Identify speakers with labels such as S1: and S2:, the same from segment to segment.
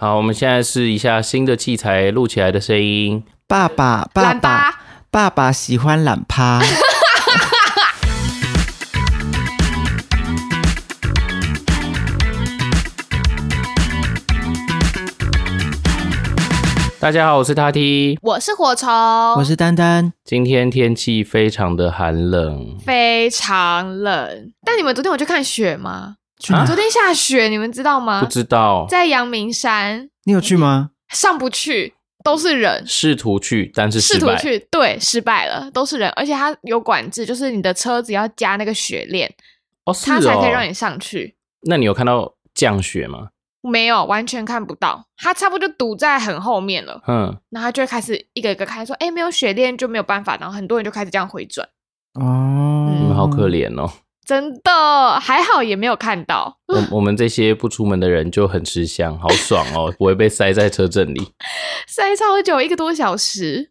S1: 好，我们现在试一下新的器材录起来的声音。
S2: 爸爸，爸
S3: 懒
S2: 爸，
S3: 吧，
S2: 爸爸喜欢懒 趴。
S1: 大家好，我是 Tati。
S3: 我是火虫，
S2: 我是丹丹，
S1: 今天天气非常的寒冷，
S3: 非常冷。但你们昨天有去看雪吗？昨天下雪，你们知道
S1: 不
S3: 吗？
S1: 知道
S3: 在阳明山
S2: 你有去吗？
S3: 上不去，都是人。
S1: 试图去，但是
S3: 试
S1: 失
S3: 图
S1: 败。
S3: 去，对，失败了，都是人，而且它有管制，就是你的车子要加那个雪链，
S1: 哦，是
S3: 它才可以让
S1: 哦
S3: 你。上去。
S1: 那你有看到降雪吗？
S3: 没有，完全看不到，它差不多就堵在很后面了。
S1: 嗯，
S3: 然后他就会开始一个一个开说，哎，没有雪链就没有办法，然后很多人就开始这样回转，
S2: 哦，
S1: 嗯你们好可。怜哦。
S3: 真的还好也没有看到，
S1: 我我们这些不出门的人就很吃香，好爽 哦，不会被塞在车阵里。
S3: 塞超久一个多小时。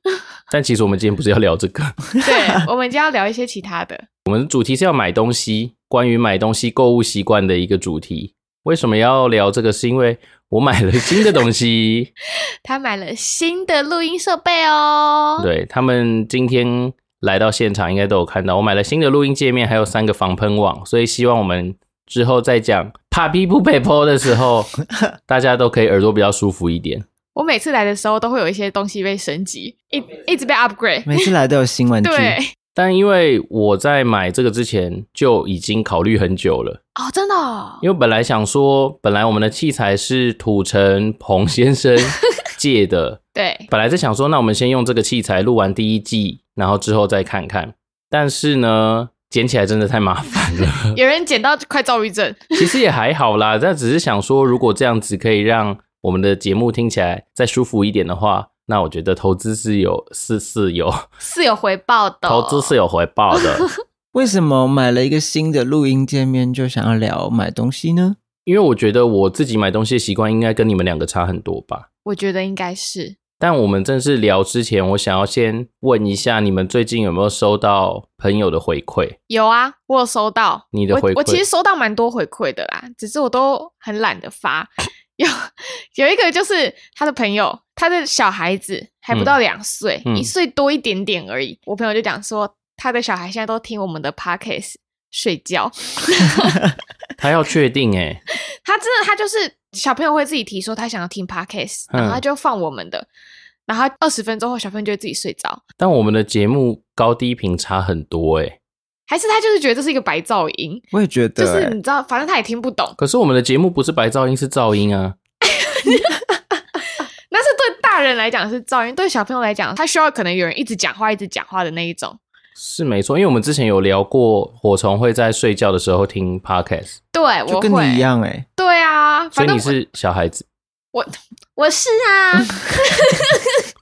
S1: 但其实我们今天不是要聊这个，
S3: 对，我们今天要聊一些其他的，
S1: 我们主题是要买东西，关于买东西购物习惯的一个主题。为什么要聊这个？是因为我买了新的东西。
S3: 他买了新的录音设备哦，
S1: 对他们今天来到现场，应该都有看到，我买了新的录音界面，还有三个防喷网，所以希望我们之后在讲怕屁不被泼的时候，大家都可以耳朵比较舒服一点。
S3: 我每次来的时候都会有一些东西被升级，一一直被 upgrade，
S2: 每次来都有新玩具，
S3: 对，
S1: 但因为我在买这个之前就已经考虑很久了，
S3: 哦，真的哦、
S1: 因为本来想说，本来我们的器材是土城彭先生借的，
S3: 对，
S1: 本来在想说，那我们先用这个器材录完第一季，然后之后再看看。但是呢，捡起来真的太麻烦了。
S3: 有人捡到快躁郁 症，
S1: 其实也还好啦，但只是想说，如果这样子可以让我们的节目听起来再舒服一点的话，那我觉得投资是有是是有
S3: 是有回报的，
S1: 投资是有回报的。
S2: 为什么买了一个新的录音界面就想要聊买东西呢？
S1: 因为我觉得我自己买东西的习惯应该跟你们两个差很多吧。
S3: 我觉得应该是
S1: 但我们正式聊之前，我想要先问一下，你们最近有没有收到朋友的回馈？
S3: 有啊，我有收到
S1: 你的
S3: 我
S1: 回馈
S3: 我其实收到蛮多回馈的啦，只是我都很懒 得发。有有一个就是他的朋友，他的小孩子还不到两岁，
S1: 嗯
S3: 一岁多一点点而已。我朋友就讲说，他的小孩现在都听我们的 podcast 睡觉。
S1: 他要确定欸诶、
S3: 他真的他就是小朋友会自己提说他想要听 podcast，
S1: 嗯
S3: 然后他就放我们的，然后二十分钟后小朋友就会自己睡着，
S1: 但我们的节目高低频差很多诶、欸
S3: 还是他就是觉得这是一个白噪音，
S2: 我也觉
S3: 就
S2: 得、
S3: 是
S2: 欸，
S3: 你知道，反正他也听不懂。
S1: 可是我们的节目不是白噪音，是噪音啊。
S3: 但是对大人来讲是噪音，对小朋友来讲，他需要可能有人一直讲话、一直讲话的那一种。
S1: 是没错，因为我们之前有聊过，火虫会在睡觉的时候听 podcast，
S3: 对，
S2: 就
S3: 我
S2: 跟
S3: 会
S2: 你一。样哎、
S3: 对啊，
S1: 所
S3: 反
S1: 以
S3: 正
S1: 你
S3: 我
S1: 是小孩子，
S3: 我是 啊，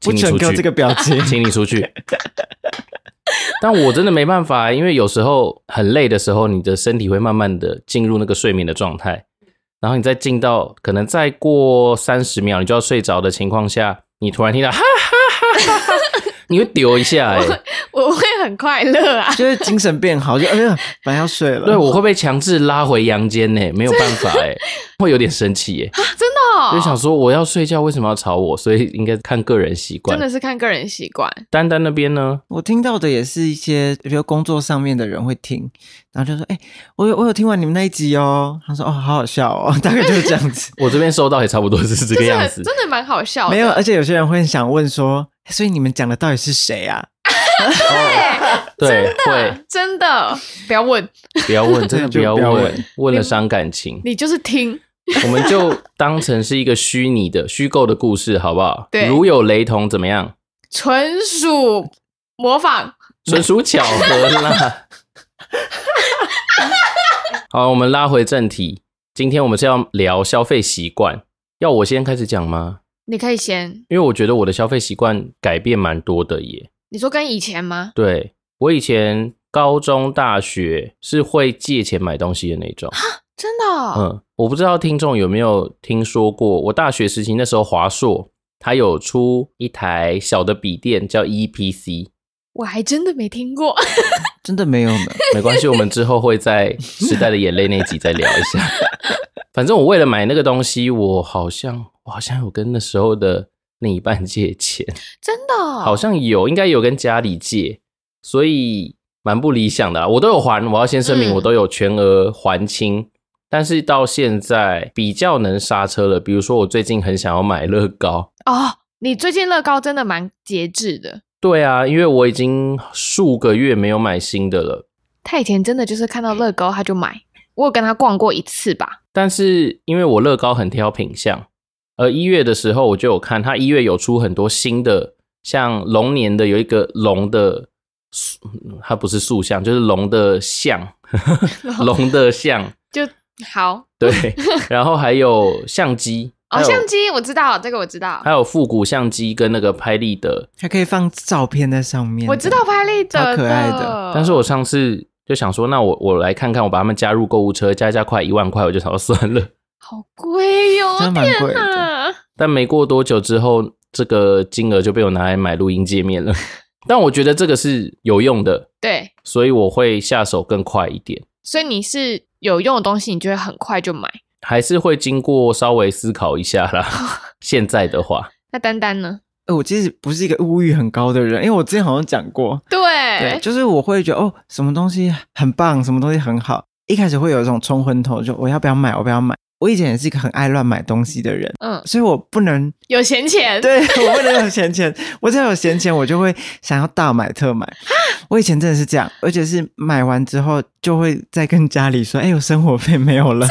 S2: 不
S1: 请你出
S2: 准给我
S1: 去，。
S2: 这个表情
S1: 请你出去。 但我真的没办法，因为有时候很累的时候，你的身体会慢慢的进入那个睡眠的状态，然后你再进到可能再过三十秒你就要睡着的情况下，你突然听到哈哈哈哈哈，你会丢一下哎、
S3: 我会很快乐 啊。
S2: 就是精神变好，就哎呀，本来要睡了。
S1: 对我会被强制拉回阳间呢、没有办法哎、会有点生气哎、就想
S3: 哦，
S1: 说我要睡觉，为什么要吵我？所以应该看个人习惯
S3: 真。的是看个人习惯。
S1: 丹丹那边呢？。
S2: 我听到的也是一些，比如工作上面的人会听，然后就说：“哎、我有我有听完你们那一集哦。”他说：“哦，好好笑哦。” 大概就是这样子
S1: 我这边收到也差不多是这
S3: 就
S1: 个
S3: 是
S1: 样
S3: 很
S1: 子，
S3: 真的蛮好笑的，
S2: 没有，而且有些人会想问说：“哎所以你们讲的到底是谁啊
S1: 对，会
S3: 对，真的不要问，
S1: 不要 问，真的不
S2: 就
S1: 要
S2: 不要
S1: 问
S2: 问，
S1: 问了伤感情。
S3: 你就是听，
S1: 我们就当成是一个虚拟的、虚构的故事，好不好？
S3: 对
S1: 如有雷同，怎么样？
S3: 纯属模仿。
S1: 纯属巧合啦。好，我们拉回正题。今天我们是要聊消费习惯，要我先开始讲吗？
S3: 你可以先，
S1: 因为我觉得我的消费习惯改变蛮多的耶。
S3: 你说跟以前吗？
S1: 对我以前高中、大学是会借钱买东西的那种。
S3: 真的哦，
S1: 嗯，我不知道听众有没有听说过，我大学时期那时候华硕它有出一台小的笔电叫 E EPC，
S3: 我还真的没听过。？”
S2: 真的没有呢。
S1: 没关系，我们之后会在《时代的眼泪》那集再聊一下。 反正我为了买那个东西，我好像我好像有跟那时候的另一半借钱，
S3: 真的哦，
S1: 好像有，应该有跟家里借，所以蛮不理想的啊。我都有还，我要先声明，
S3: 嗯
S1: 我都有全额还清。但是到现在比较能刹车了，比如说我最近很想要买乐高，
S3: 哦。你最近乐高真的蛮节制的，
S1: 对啊，因为我已经数个月没有买新的了。
S3: 他以前真的就是看到乐高他就买，我有跟他逛过一次吧。
S1: 但是因为我乐高很挑品相，而一月的时候我就有看，它一月有出很多新的，像龙年的有一个龙的塑，它不是塑像，就是龙的 像，龙的像，
S3: 就好
S1: 对，然后还有相机，
S3: 哦，
S1: 还有
S3: 相机我知道，这个我知道
S1: 还，有复古相机跟那个拍立得，
S2: 还可以放照片在上面。
S3: 我知道，拍立得
S2: 超可爱
S3: 的
S2: 的，
S1: 但是我上次。就想说，那我我来看看，我把它们加入购物车，加一加快一万块，我就想说算了。
S3: 好贵哟、
S2: 真的蛮贵的。
S3: 天哪！
S1: 但没过多久之后，这个金额就被我拿来买录音界面了。但我觉得这个是有用的，
S3: 对，
S1: 所以我会下手更快一点，
S3: 所以你是有用的东西，你就会很快就买。
S1: 还是会经过稍微思考一下啦。现在的话，
S3: 那丹丹呢？
S2: 哎、我其实不是一个物欲很高的人，因为我之前好像讲过，
S3: 对，
S2: 对，就是我会觉得哦，什么东西很棒，什么东西很好，一开始会有一种冲昏头，就我要不要买，我不要买。我以前也是一个很爱乱买东西的人，
S3: 嗯，
S2: 所以我不能
S3: 有闲钱，
S2: 对我不能有闲钱，我只要有闲钱，我就会想要大买特买。我以前真的是这样，而且是买完之后就会再跟家里说：“哎、我生活费没有了。”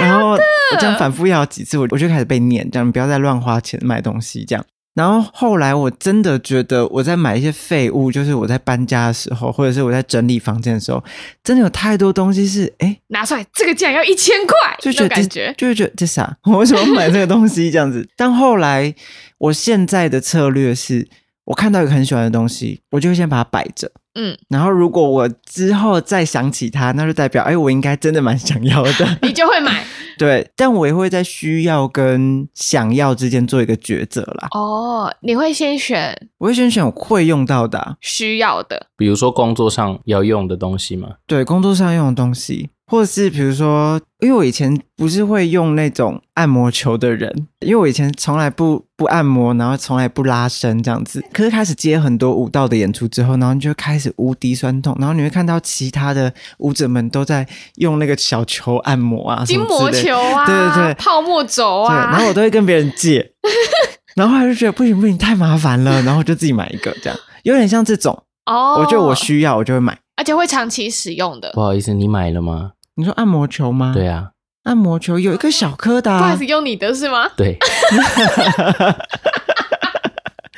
S2: 然后我这样反复要几次，我我就开始被念，这样你不要再乱花钱买东西这样。然后后来我真的觉得我在买一些废物，就是我在搬家的时候，或者是我在整理房间的时候，真的有太多东西是哎、
S3: 拿出来，这个竟然要一千块，
S2: 就
S3: 那
S2: 觉
S3: 种
S2: 得
S3: 感
S2: 这
S3: 觉
S2: 就会觉得这啥？我为什么要买这个东西？这样 子。但后来我现在的策略是，我看到一个很喜欢的东西，我就会先把它摆着。
S3: 嗯，
S2: 然后如果我之后再想起它，那就代表哎、我应该真的蛮想要
S3: 。
S2: 的
S3: 你就会 买
S2: 对，但我也会在需要跟想要之间做一个抉择啦。
S3: 哦。你会先选
S2: 我会先选我会用到的啊、
S3: 需要的，
S1: 比如说工作上要用的东西嘛，
S2: 对，工作上用的东西，或者是比如说，因为我以前不是会用那种按摩球的人，因为我以前从来不不按摩，然后从来不拉伸这样子。可是开始接很多舞蹈的演出之后，然后你就开始无敌酸痛，然后你会看到其他的舞者们都在用那个小球按摩啊，什
S3: 筋
S2: 么
S3: 膜
S2: 之类的
S3: 球啊，
S2: 对对对
S3: 泡沫轴
S2: 对，
S3: 啊
S2: 然，后我都会跟别人借， 然后后来就觉得不行不行，太麻烦了，然后我就自己买一个，这样有点像这种，
S3: 哦，
S2: 我觉得我需要我就会买。
S3: 而且会长期使用的
S1: 不。好意思，你买了吗？
S2: 你说按摩球吗？
S1: 对啊，
S2: 按摩球有一个小颗的、
S3: 不好意
S2: 啊
S3: 思，，用你的是吗？
S1: 对。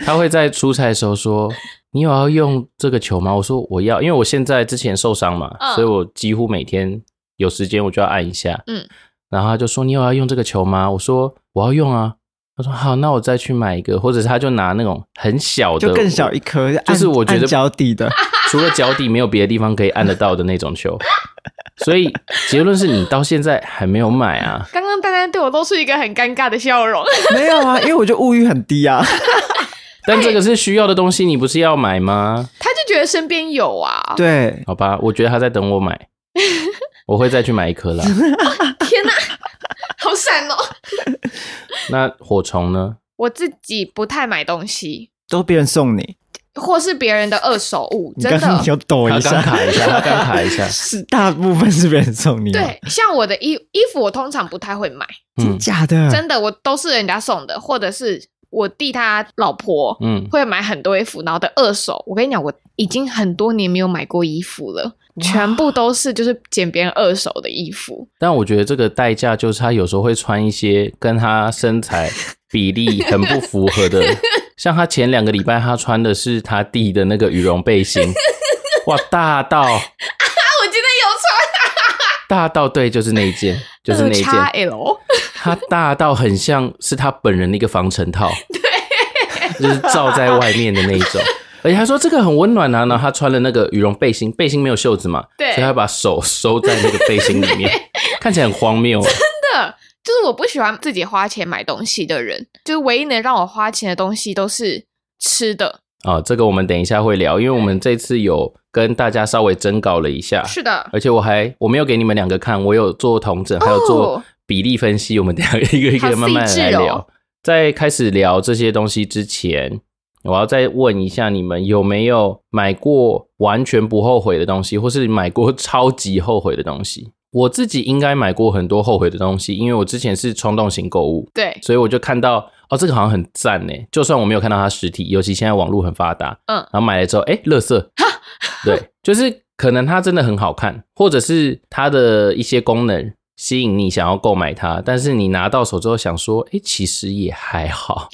S1: 他会在出差的时候说：“你有要用这个球吗？”我说：“我要，因为我现在之前受伤嘛，
S3: 嗯
S1: 所以我几乎每天有时间我就要按一下。”
S3: 嗯，
S1: 然后他就说：“你有要用这个球吗？”我说：“我要用啊。”他说：“好，那我再去买一个。”或者是他就拿那种很小的，
S2: 就更小一颗，
S1: 就是
S2: 按
S1: 我觉得
S2: 按脚底 的，
S1: 除了脚底没有别的地方可以按得到的那种 球。所以结论是你到现在还没有买啊？
S3: 刚刚丹丹对我露出一个很尴尬的笑容。
S2: 没有啊，因为我就物欲很低啊。
S1: 但这个是需要的东西，你不是要买吗？
S3: 他就觉得身边有啊。
S2: 对，
S1: 好吧，我觉得他在等我买，我会再去买一颗啦。
S3: 天哪， 好闪哦！
S1: 那火虫呢？
S3: 我自己不太买东西，
S2: 都别人送你，或
S3: 或是别人的二手物，
S2: 你
S3: 真
S2: 刚刚
S3: 的。
S2: 有抖
S1: 他
S2: 一
S1: 刚
S2: 下，。
S1: 卡一下，他刚卡一下
S2: 是大部分是别人送你，，啊
S3: 对，像我的衣衣服，我通常不太会买，
S1: 嗯
S2: 假的，
S3: 真的，我都是人家送的，或者是我弟他老婆
S1: 嗯，
S3: 会买很多衣服，然后的二手。我跟你讲，我已经很多年没有买过衣服了，全部都是就是捡别人二手的衣服。
S1: 但我觉得这个代价就是他有时候会穿一些跟他身材比例很不符合的，像他前两个礼拜他穿的是他弟的那个羽绒背心，哇，大到
S3: 啊， 我今天
S1: 大到对，就是那一件，就是那一
S3: 有
S1: 件，
S3: 穿 L，
S1: 它大到很像是他本人的一个防尘套， 对，就是罩在外面的那一种。而且他说这个很温暖啊，然后他穿了那个羽绒背心，背心没有袖子嘛，
S3: 对
S1: 所以他把手 收在那个背心里面，看起来很荒谬啊。
S3: 就是我不喜欢自己花钱买东西的人，就是唯一能让我花钱的东西都是吃的。
S1: 啊，这个我们等一下会聊，因为我们这次有跟大家稍微征稿了一下，
S3: 是的，
S1: 而且我还我没有给你们两个看，我有做同整，还有做
S3: 哦
S1: 比例分析，我们等一下一个一个慢慢
S3: 好细致
S1: 来
S3: 哦
S1: 聊。在开始聊这些东西之前，我要再问一下你们有没有买过完全不后悔的东西，或是买过超级后悔的东西？我自己应该买过很多后悔的东西，因为我之前是冲动型购物，
S3: 对，
S1: 所以我就看到哦，这个好像很赞呢。就算我没有看到它实体，尤其现在网络很发达，
S3: 嗯
S1: 然后买了之后，哎，乐色， 对，就是可能它真的很好看，或者是它的一些功能吸引你想要购买它，但是你拿到手之后想说，哎，其实也还 好。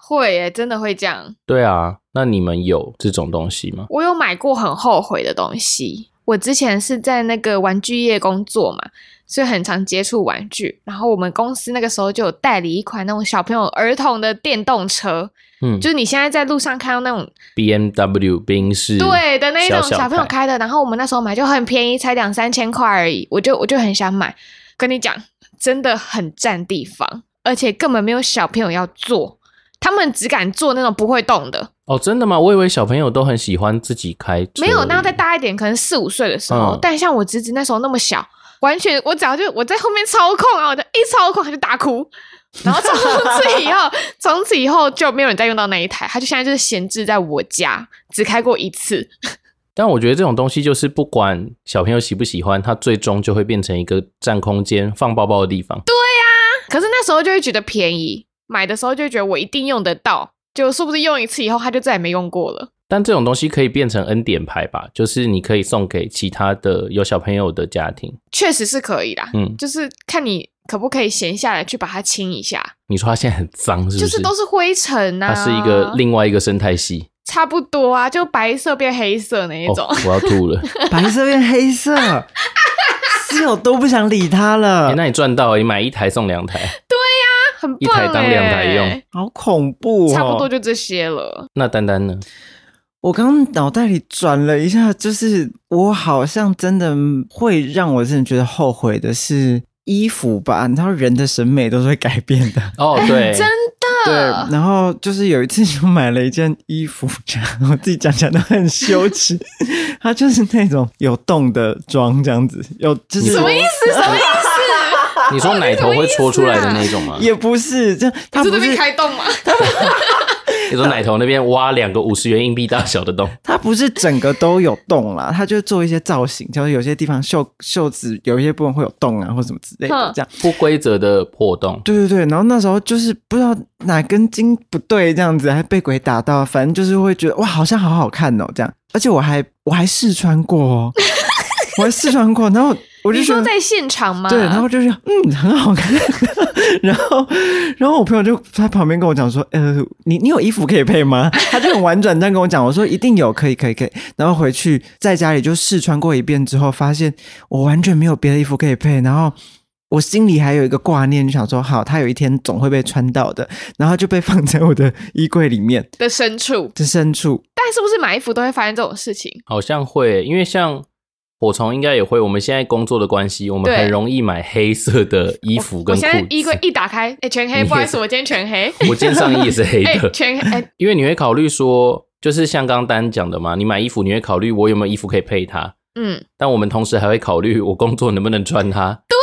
S3: 会耶，真的会这样。
S1: 对啊，那你们有这种东西吗？
S3: 我有买过很后悔的东西。我之前是在那个玩具业工作嘛，所以很常接触玩具。然后我们公司那个时候就有代理一款那种小朋友儿童的电动车，
S1: 嗯，
S3: 就是你现在在路上看到那种
S1: B M W 宾士，
S3: 对的那一种
S1: 小
S3: 小朋友
S1: 台
S3: 开的。然后我们那时候买就很便宜，才两三千块而已。我就我就很想买，跟你讲，真的很占地方，而且根本没有小朋友要坐，他们只敢坐那种不会动的。
S1: 哦，真的吗？我以为小朋友都很喜欢自己开车，
S3: 没有，那再大一点，可能四五岁的时候，
S1: 嗯
S3: 但像我侄子那时候那么小，完全我只要就我在后面操控啊，我就一操控他就大哭，然后从此以后，从此以后就没有人再用到那一台，他就现在就是闲置在我家，只开过一次。
S1: 但我觉得这种东西就是不管小朋友喜不喜欢，它最终就会变成一个占空间、放包包的地方。
S3: 可是那时候就会觉得便宜，买的时候就会觉得我一定用得到，就说不定用一次以后他就再也没用过了。
S1: 但这种东西可以变成恩典牌吧，就是你可以送给其他的有小朋友的家庭。
S3: 确实是可以啦，
S1: 嗯
S3: 就是看你可不可以闲下来去把它清一下，
S1: 你说它现在很脏，是不是？
S3: 就是都是啊灰尘呐、
S1: 它是一个另外一个生态系。
S3: 差不多啊，就白色变黑色那一种。
S1: 哦，我要吐了。
S2: 白色变黑色，是有多不想理他
S1: 哎
S2: 了，
S1: 那你赚到了，你买一台送两台。
S3: 很棒、欸，
S1: 一台当两台用，
S2: 好恐怖哦！
S3: 差不多就这些了。
S1: 那丹丹呢？
S2: 我刚刚脑袋里转了一下，就是我好像真的会让我真的觉得后悔的是衣服吧，你知道人的审美都是会改变的。
S1: 哦，对，
S3: 哎 真
S2: 对
S3: 的，，
S2: 然后就是有一次就买了一件衣服，这样我自己讲起来都很羞耻。 它就是那种有洞的装，这样子，有就是
S1: 你
S3: 什么意思？什么意思？
S1: 你说奶头会戳出来的那种吗？
S3: 啊
S2: 也不是，这它
S3: 是
S2: 不
S3: 这边
S2: 是
S3: 开洞吗？
S1: 你说奶头那边挖两个五十元硬币大小的洞，
S2: 它不是整个都有洞啦，它就做一些造型，就是有些地方袖袖子有一些部分会有洞啊，或什么之类的
S3: 哼，
S2: 这样。
S1: 不规则的破洞。
S2: 对对对，然后那时候就是不知道哪根筋不对，这样子还被鬼打到，反正就是会觉得哇，好像好好看哦，这样。而且我还我还试穿过 哦，我还试穿过，然后我就
S3: 你
S2: 觉
S3: 说
S2: 得
S3: 在现场吗？
S2: 对，然后就是嗯，很好看。 然后，然后我朋友就在旁边跟我讲说：“呃，你你有衣服可以配吗？”他就很婉转这样跟我讲，我说：“一定有，可以，可以，可以。”然后回去在家里就试穿过一遍之后，发现我完全没有别的衣服可以配。然后我心里还有一个挂念，就想说：“好，它有一天总会被穿到的。”然后就被放在我的衣柜里面
S3: 的深处，
S2: 的深处。
S3: 但是不是买衣服都会发生这种事情？
S1: 好像会，因为像火虫应该也会。我们现在工作的关系，我们
S3: 对
S1: 很容易买黑色的衣服
S3: 我
S1: 跟裤
S3: 现在衣柜
S1: 子。
S3: 一打开，哎，全
S1: 你
S3: 黑，
S1: 也
S3: 不好意
S1: 是
S3: 思，我今天全黑，
S1: 我今天上衣也是黑
S3: 哎
S1: 的，，
S3: 全黑，哎，
S1: 因为你会考虑说，就是像刚刚丹讲的嘛，你买衣服你会考虑我有没有衣服可以配它，
S3: 嗯，
S1: 但我们同时还会考虑我工作能不能穿 它。
S3: 对。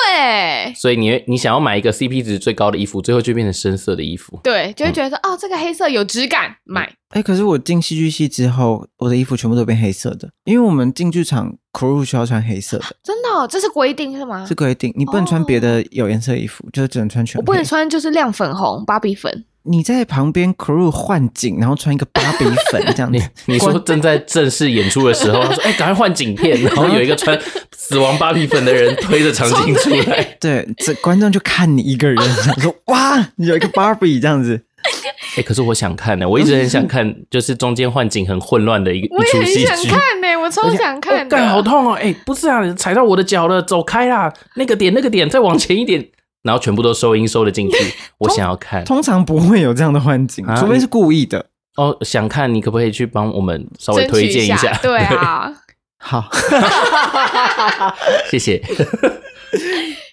S1: 所以你会你想要买一个 CP 值最高的衣服，最后就变成深色的衣服。
S3: 对，就会觉
S1: 嗯
S3: 得、哦，这个黑色有质感，买。
S2: 哎、可是我进戏剧系之后，我的衣服全部都变黑色的，因为我们进剧场 crew 需要穿黑色的。
S3: 真的、哦，这是规定是吗？
S2: 是规定，你不能穿别的有颜色的衣服，就是只能穿全
S3: 哦
S2: 黑。
S3: 我不能穿就是亮粉红、芭比粉，
S2: 你在旁边 crew 换景，然后穿一个芭比粉这样子
S1: 你， 你说正在正式演出的时候，他说：“哎、赶快换景 片。”然后有一个穿死亡芭比粉的人推着长镜出来，
S2: 对，这观众就看你一个人，想说哇，你有一个芭比这样子，
S1: 哎、可是我想看呢、我一直很想看，就是中间幻景很混乱的一个
S3: 我
S1: 一
S3: 也
S1: 出
S3: 很
S1: 戏
S3: 想
S1: 剧。
S3: 看呢、我超想
S1: 哦
S3: 看的。
S1: 干、好痛哦！哎、不是啊，你踩到我的脚了，走开啦！那个点，那个点，再往前一 点，然后全部都收音收了进去。我想要看
S2: 通常不会有这样的换景，
S1: 啊
S2: 除非是故意的。
S1: 哦，想看，你可不可以去帮我们稍微
S3: 争取
S1: 推荐
S3: 一
S1: 下？
S3: 对啊，
S2: 好，
S1: 对，谢谢。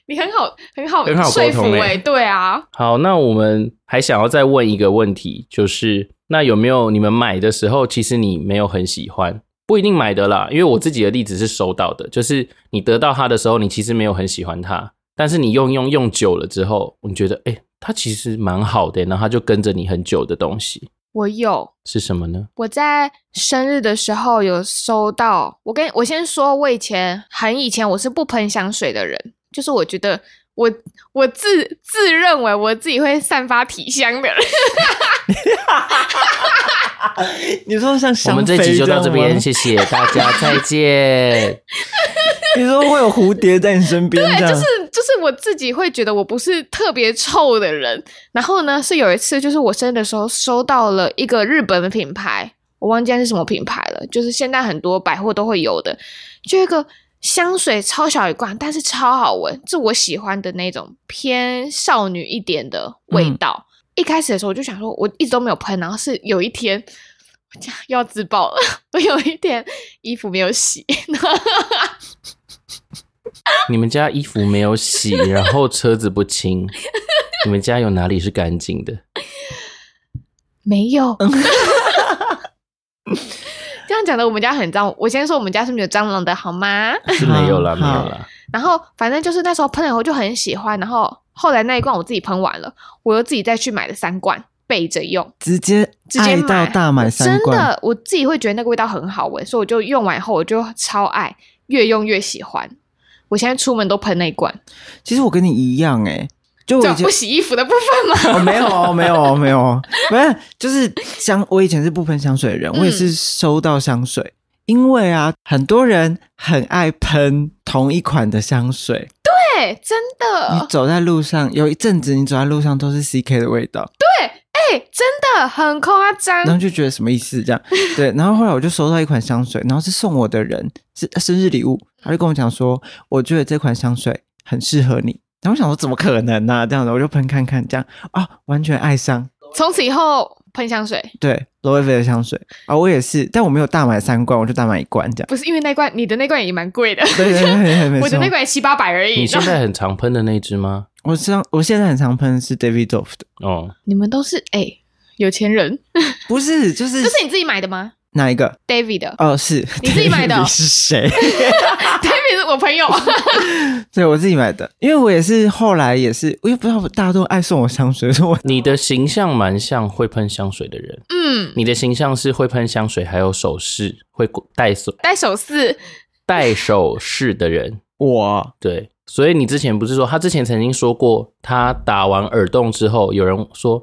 S3: 你很好，很好，
S1: 很好沟
S3: 说
S1: 通
S3: 服
S1: 欸
S3: 哎、对啊，
S1: 好，那我们还想要再问一个问题，就是那有没有你们买的时候，其实你没有很喜欢，不一定买的啦，因为我自己的例子是收到的，就是你得到它的时候，你其实没有很喜欢它，但是你用用用久了之后，你觉得哎、诶它其实蛮好的，然后它就跟着你很久的东西
S3: 我有，
S1: 是什么呢？
S3: 我在生日的时候有收到，我跟我先说，我以前很以前我是不喷香水的人，就是我觉得我我自自认为我自己会散发体香的人，
S2: 你说像香
S1: 我们这
S2: 妃
S1: 集就到
S2: 样
S1: 这
S2: 吗
S1: 边，谢谢大家，再见。
S2: 你说会有蝴蝶在你身边，这
S3: 对，
S2: 样
S3: 就是就是我自己会觉得我不是特别臭的人。然后呢，是有一次就是我生日的时候收到了一个日本的品牌，我忘记它是什么品牌了，就是现在很多百货都会有的，就一个香水超小一罐，但是超好闻，是我喜欢的那种偏少女一点的味道。一开始的时候我就想说，我一直都没有喷，然后是有一天。 我这样又要自爆了！我有一天衣服没有洗，然后
S1: 你们家衣服没有洗，然后车子不清，你们家有哪里是干净的？
S3: 没 有。 这样讲的，我们家很脏。我先说我们家是没有蟑螂的，好吗？
S1: 是没有啦，没有
S2: 好
S1: 啦。
S3: 然后反正就是那时候喷了以后就很喜欢，然后后来那一罐我自己喷完了，我又自己再去买了三罐备着用，
S2: 直接
S3: 直接
S2: 爱
S3: 买
S2: 到哎大买三
S3: 真
S2: 罐，
S3: 的，我自己会觉得那个味道很好闻，所以我就用完以后我就超爱，越用越喜欢。我现在出门都喷那一罐，
S2: 其实我跟你一样哎、就我
S3: 这
S2: 以
S3: 样
S2: 前
S3: 不洗衣服的部分 吗？
S2: 哦，没有哦，没有哦，没有哦，不是，就是香，我以前是不喷香水的人，我也是收到香水，因为啊，很多人很爱喷同一款的香水，
S3: 对，真
S2: 你
S3: 的，
S2: 走在路上，有一阵子你走在路上都是 CK 的味道，
S3: 哎、真的很夸张
S2: 然。后就觉得什么意思这样，对，然后后来我就收到一款香水，然后是送我的人是呃生日礼物，他就跟我讲说，我觉得这款香水很适合你。然后我想说，怎么可能呢、这样子我就喷看看，这样啊，完全爱上。
S3: 从此以后喷香水，
S2: 对罗威菲的香水啊、我也是，但我没有大买三罐，我就大买一罐这样。
S3: 不是因为那罐你的那罐也蛮贵的，
S2: 对对对对，没
S3: 我的那
S2: 错。
S3: 罐也七八百而已。
S1: 你现
S3: 然后
S1: 在很常喷的那只 吗？
S2: 我身上我现在很常喷的是 David Dove 的，
S1: 哦，
S3: 你们都是哎、有钱人，
S2: 不是就是
S3: 这是你自己买的吗
S2: 哪一个？
S3: ？David 的、
S2: 哦，是
S3: 你自己买的
S2: David 是谁？
S3: d a v i d 是我朋友，
S2: 对我自己买的，因为我也是后来也是，我也不知道大家都爱送我香水， 所以我
S1: 你的形象蛮像会喷香水的人。
S3: 嗯，
S1: 你的形象是会喷香水，还有首饰，会戴手
S3: 戴首饰，
S1: 戴首饰的人。
S2: 我啊
S1: 对，所以你之前不是说他之前曾经说过，他打完耳洞之后，有人说：“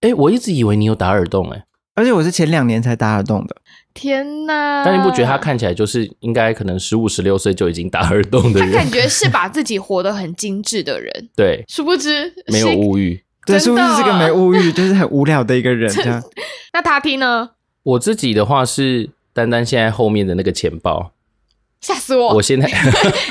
S1: 哎、我一直以为你有打耳洞、诶哎，
S2: 而且我是前两年才打耳洞的，
S3: 天哪！
S1: 但你不觉得他？看起来就是应该可能十五十六岁就已经打耳洞的
S3: 他
S1: 人
S3: 感？觉是把自己活得很精致的人，
S1: 对，
S3: 殊不知
S1: 没有
S3: 是
S1: 物欲。
S2: 对，是
S3: 真
S2: 不
S3: 的哦
S2: 是这个没物 欲，就是很无聊的一个人这样？
S3: 那他听呢？
S1: 我自己的话是丹丹现在后面的那个钱包，
S3: 吓死我！
S1: 我现在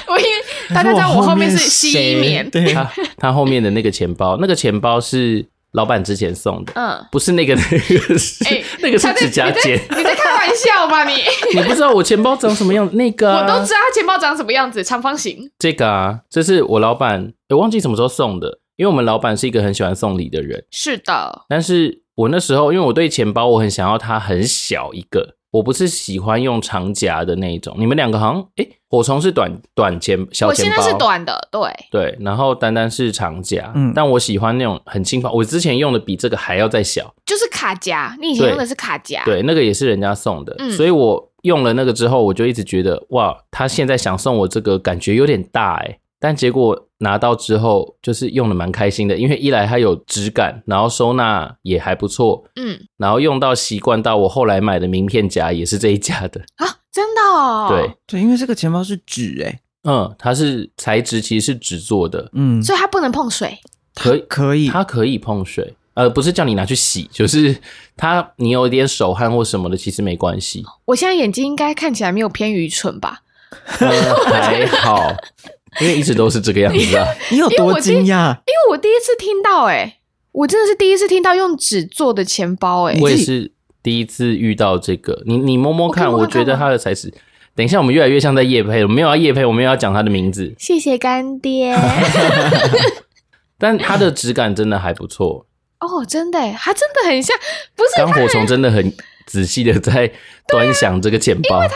S3: 我因为大家知道我后 面是
S2: 谁
S3: 吸衣棉，
S2: 对啊
S1: 他他后面的那个钱包，那个钱包是老板之前送的，
S3: 嗯，
S1: 不是那个那个是、
S3: 哎
S1: 那个是
S3: 他在
S1: 指甲剪，
S3: 你在开玩笑吧 你？
S1: 你不知道我钱包长什么样？那个、啊、
S3: 我都知道他钱包长什么样子，长方形。
S1: 这个啊，这是我老板，我忘记什么时候送的，因为我们老板是一个很喜欢送礼的人，
S3: 是的，
S1: 但是我那时候因为我对钱包我很想要它很小一个，我不是喜欢用长夹的那一种，你们两个好像诶，火虫是短短钱小
S3: 我
S1: 钱
S3: 现
S1: 包，
S3: 在是短的，对，
S1: 对，然后丹丹是长夹，
S2: 嗯
S1: 但我喜欢那种很轻薄，我之前用的比这个还要再小，
S3: 就是卡夹。你以前
S1: 对
S3: 用的是卡夹，
S1: 对，那个也是人家送的，
S3: 啊嗯
S1: 所以我用了那个之后，我就一直觉得哇，他现在想送我这个感觉有点大哎、但结果拿到之后，就是用的蛮开心的，因为一来它有质感，然后收纳也还不错，
S3: 嗯
S1: 然后用到习惯到我后来买的名片夹也是这一家的，
S3: 啊，真的、哦，
S1: 对，，
S2: 对，因为这个钱包是纸哎、
S1: 嗯，它是材质其实是纸做的，
S2: 嗯，
S3: 所以它不能碰水，
S1: 可以
S2: 可以，
S1: 它可以碰水，呃，不是叫你拿去洗，就是它你有一点手汗或什么的，其实没关系，
S3: 我现在眼睛应该看起来没有偏愚蠢吧？
S1: 呃、还好，因为一直都是这个样子啊。
S2: 你有
S3: 因为我
S2: 多惊讶？
S3: 因为我第一次听到、哎，我真的是第一次听到用纸做的钱包、哎，
S1: 我也是第一次遇到这个，你你摸摸看，
S3: 我可以摸
S1: 我
S3: 摸
S1: 觉得
S3: 看吗
S1: 它的材质。等一下，我们越来越像在夜配，我们没有要夜配，我们要讲它的名字，
S3: 谢谢干 爹。
S1: 但它的质感真的还不错。
S3: 哦，真的、哎，它真的很像，不是
S1: 刚 火虫真的很仔细的在端详这个钱包，
S3: 它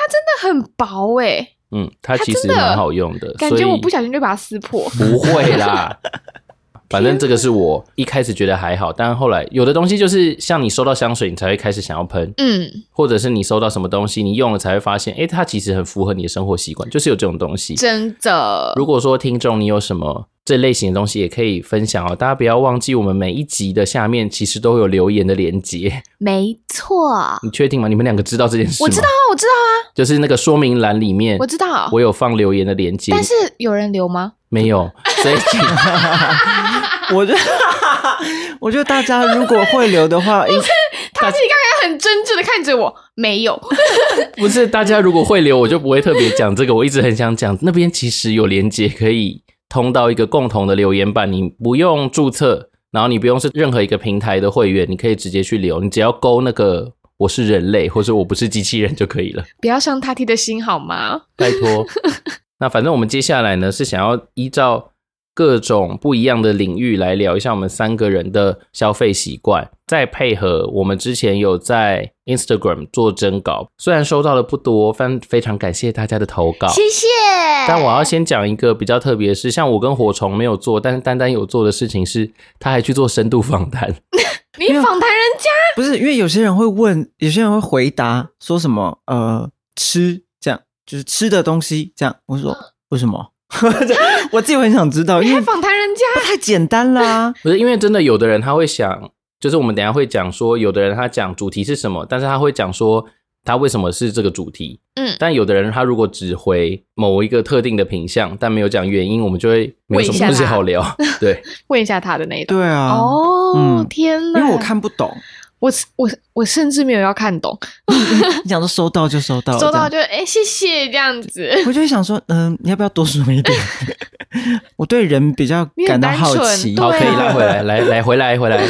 S3: 真的很薄、哎，
S1: 嗯，它
S3: 它
S1: 其
S3: 真
S1: 实
S3: 的
S1: 蛮好用的，
S3: 感
S1: 所以
S3: 觉我不小心就把它撕破。
S1: 不会 啦。反正这个是我一开始觉得还好，但后来有的东西就是像你收到香水，你才会开始想要喷，
S3: 嗯，
S1: 或者是你收到什么东西，你用了才会发现，诶，它其实很符合你的生活习惯，就是有这种东西。
S3: 真的，
S1: 如果说听众你有什么这类型的东西，也可以分享哦。大家不要忘记，我们每一集的下面其实都有留言的连接。
S3: 没错。啊，
S1: 你确定吗？你们两个知道这件事吗？
S3: 我知道，我知道啊，
S1: 就是那个说明栏里面，
S3: 我知道。
S1: 我有放留言的连接，
S3: 但是有人留吗？
S1: 没有。 所以请
S2: 我觉得，我觉得大家如果会留的话，应
S3: 他自己刚刚很真挚的看着我，没有。
S1: 不是大家如果会留，我就不会特别讲这个。我一直很想讲，那边其实有连接可以通到一个共同的留言板，你不用注册，然后你不用是任何一个平台的会员，你可以直接去留，你只要勾那个我是人类或者我不是机器人就可以了。
S3: 不要伤他踢的心好吗？
S1: 拜托。那反正我们接下来呢是想要依照各种不一样的领域来聊一下我们三个人的消费习惯，再配合我们之前有在 Instagram 做征稿，虽然收到的不多，但非常感谢大家的投稿。
S3: 谢。
S1: 但我要先讲一个比较特别的事，像我跟火虫没有做，但是丹丹有做的事情是，他还去做深度访谈。
S3: 你访谈人家，
S2: 不是因为有些人会问，有些人会回答说什么呃吃这样，就是吃的东西这样。我说为什么？ 我自己会很想知道，
S3: 嗯你
S2: 因
S3: 还
S2: 为
S3: 访谈人家，
S2: 不太简单啦。
S1: 不是因为真的，有的人他会想，就是我们等一下会讲说，有的人他讲主题是什么，但是他会讲说他为什么是这个主题。
S3: 嗯
S1: 但有的人他如果只回某一个特定的品相，但没有讲原因，我们就会没有什么东西好聊。对，
S3: 问一下他的那一段。
S2: 对啊，
S3: 哦，
S2: 嗯
S3: 天
S2: 因
S3: 哪！
S2: 为我，看不懂。
S3: 我我我甚至没有要看懂，
S2: 你想说收到就收到，
S3: 收到
S2: 哦这
S3: 就哎、谢谢这样子。
S2: 样我就会想说，嗯、你要不要多说一点？ 我对人比较
S3: 你很
S2: 感到
S3: 单
S2: 好
S3: 纯
S2: 奇。
S3: 对
S1: 好，
S3: 啊
S1: 可以拉回来，来来回来回来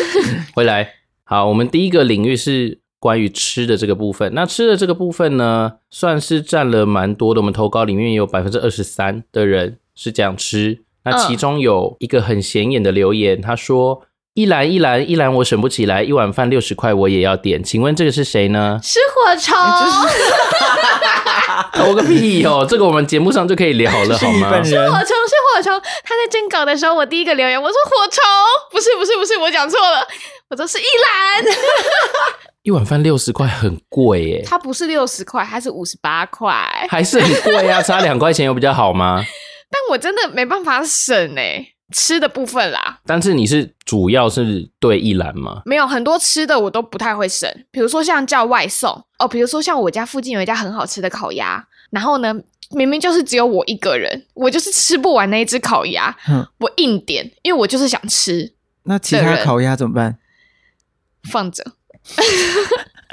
S1: 回来。好，我们第一个领域是关于吃的这个部分。那吃的这个部分呢，算是占了蛮多的。我们投稿里面有百分之二十三的人是讲吃。那其中有一个很显眼的留言，他说：“一兰一兰一兰，我省不起来，一碗饭六十块我也要点。”请问这个是谁呢？
S3: 吃火虫，
S2: 哎
S1: 投个屁哦！这个我们节目上就可以聊了，
S2: 是
S3: 哦
S1: 好
S2: 你
S1: 吗
S2: 本？人
S3: 火虫是火虫。他在征稿的时候，我第一个留言我说火虫，不是不是不是，我讲错了，我说是一兰，
S1: 一碗饭六十块很贵耶，
S3: 它不是六十块，它是五十八块。
S1: 还是很贵啊，差两块钱有比较好吗？
S3: 但我真的没办法省哎、吃的部分啦，
S1: 但是你是主要是对一兰吗？
S3: 没有很多吃的我都不太会省，比如说像叫外送哦，比如说像我家附近有一家很好吃的烤鸭，然后呢，明明就是只有我一个人，我就是吃不完那一只烤鸭，
S2: 嗯
S3: 我硬点，因为我就是想吃，
S2: 那其
S3: 的
S2: 他
S3: 人
S2: 烤鸭怎么办？
S3: 放着，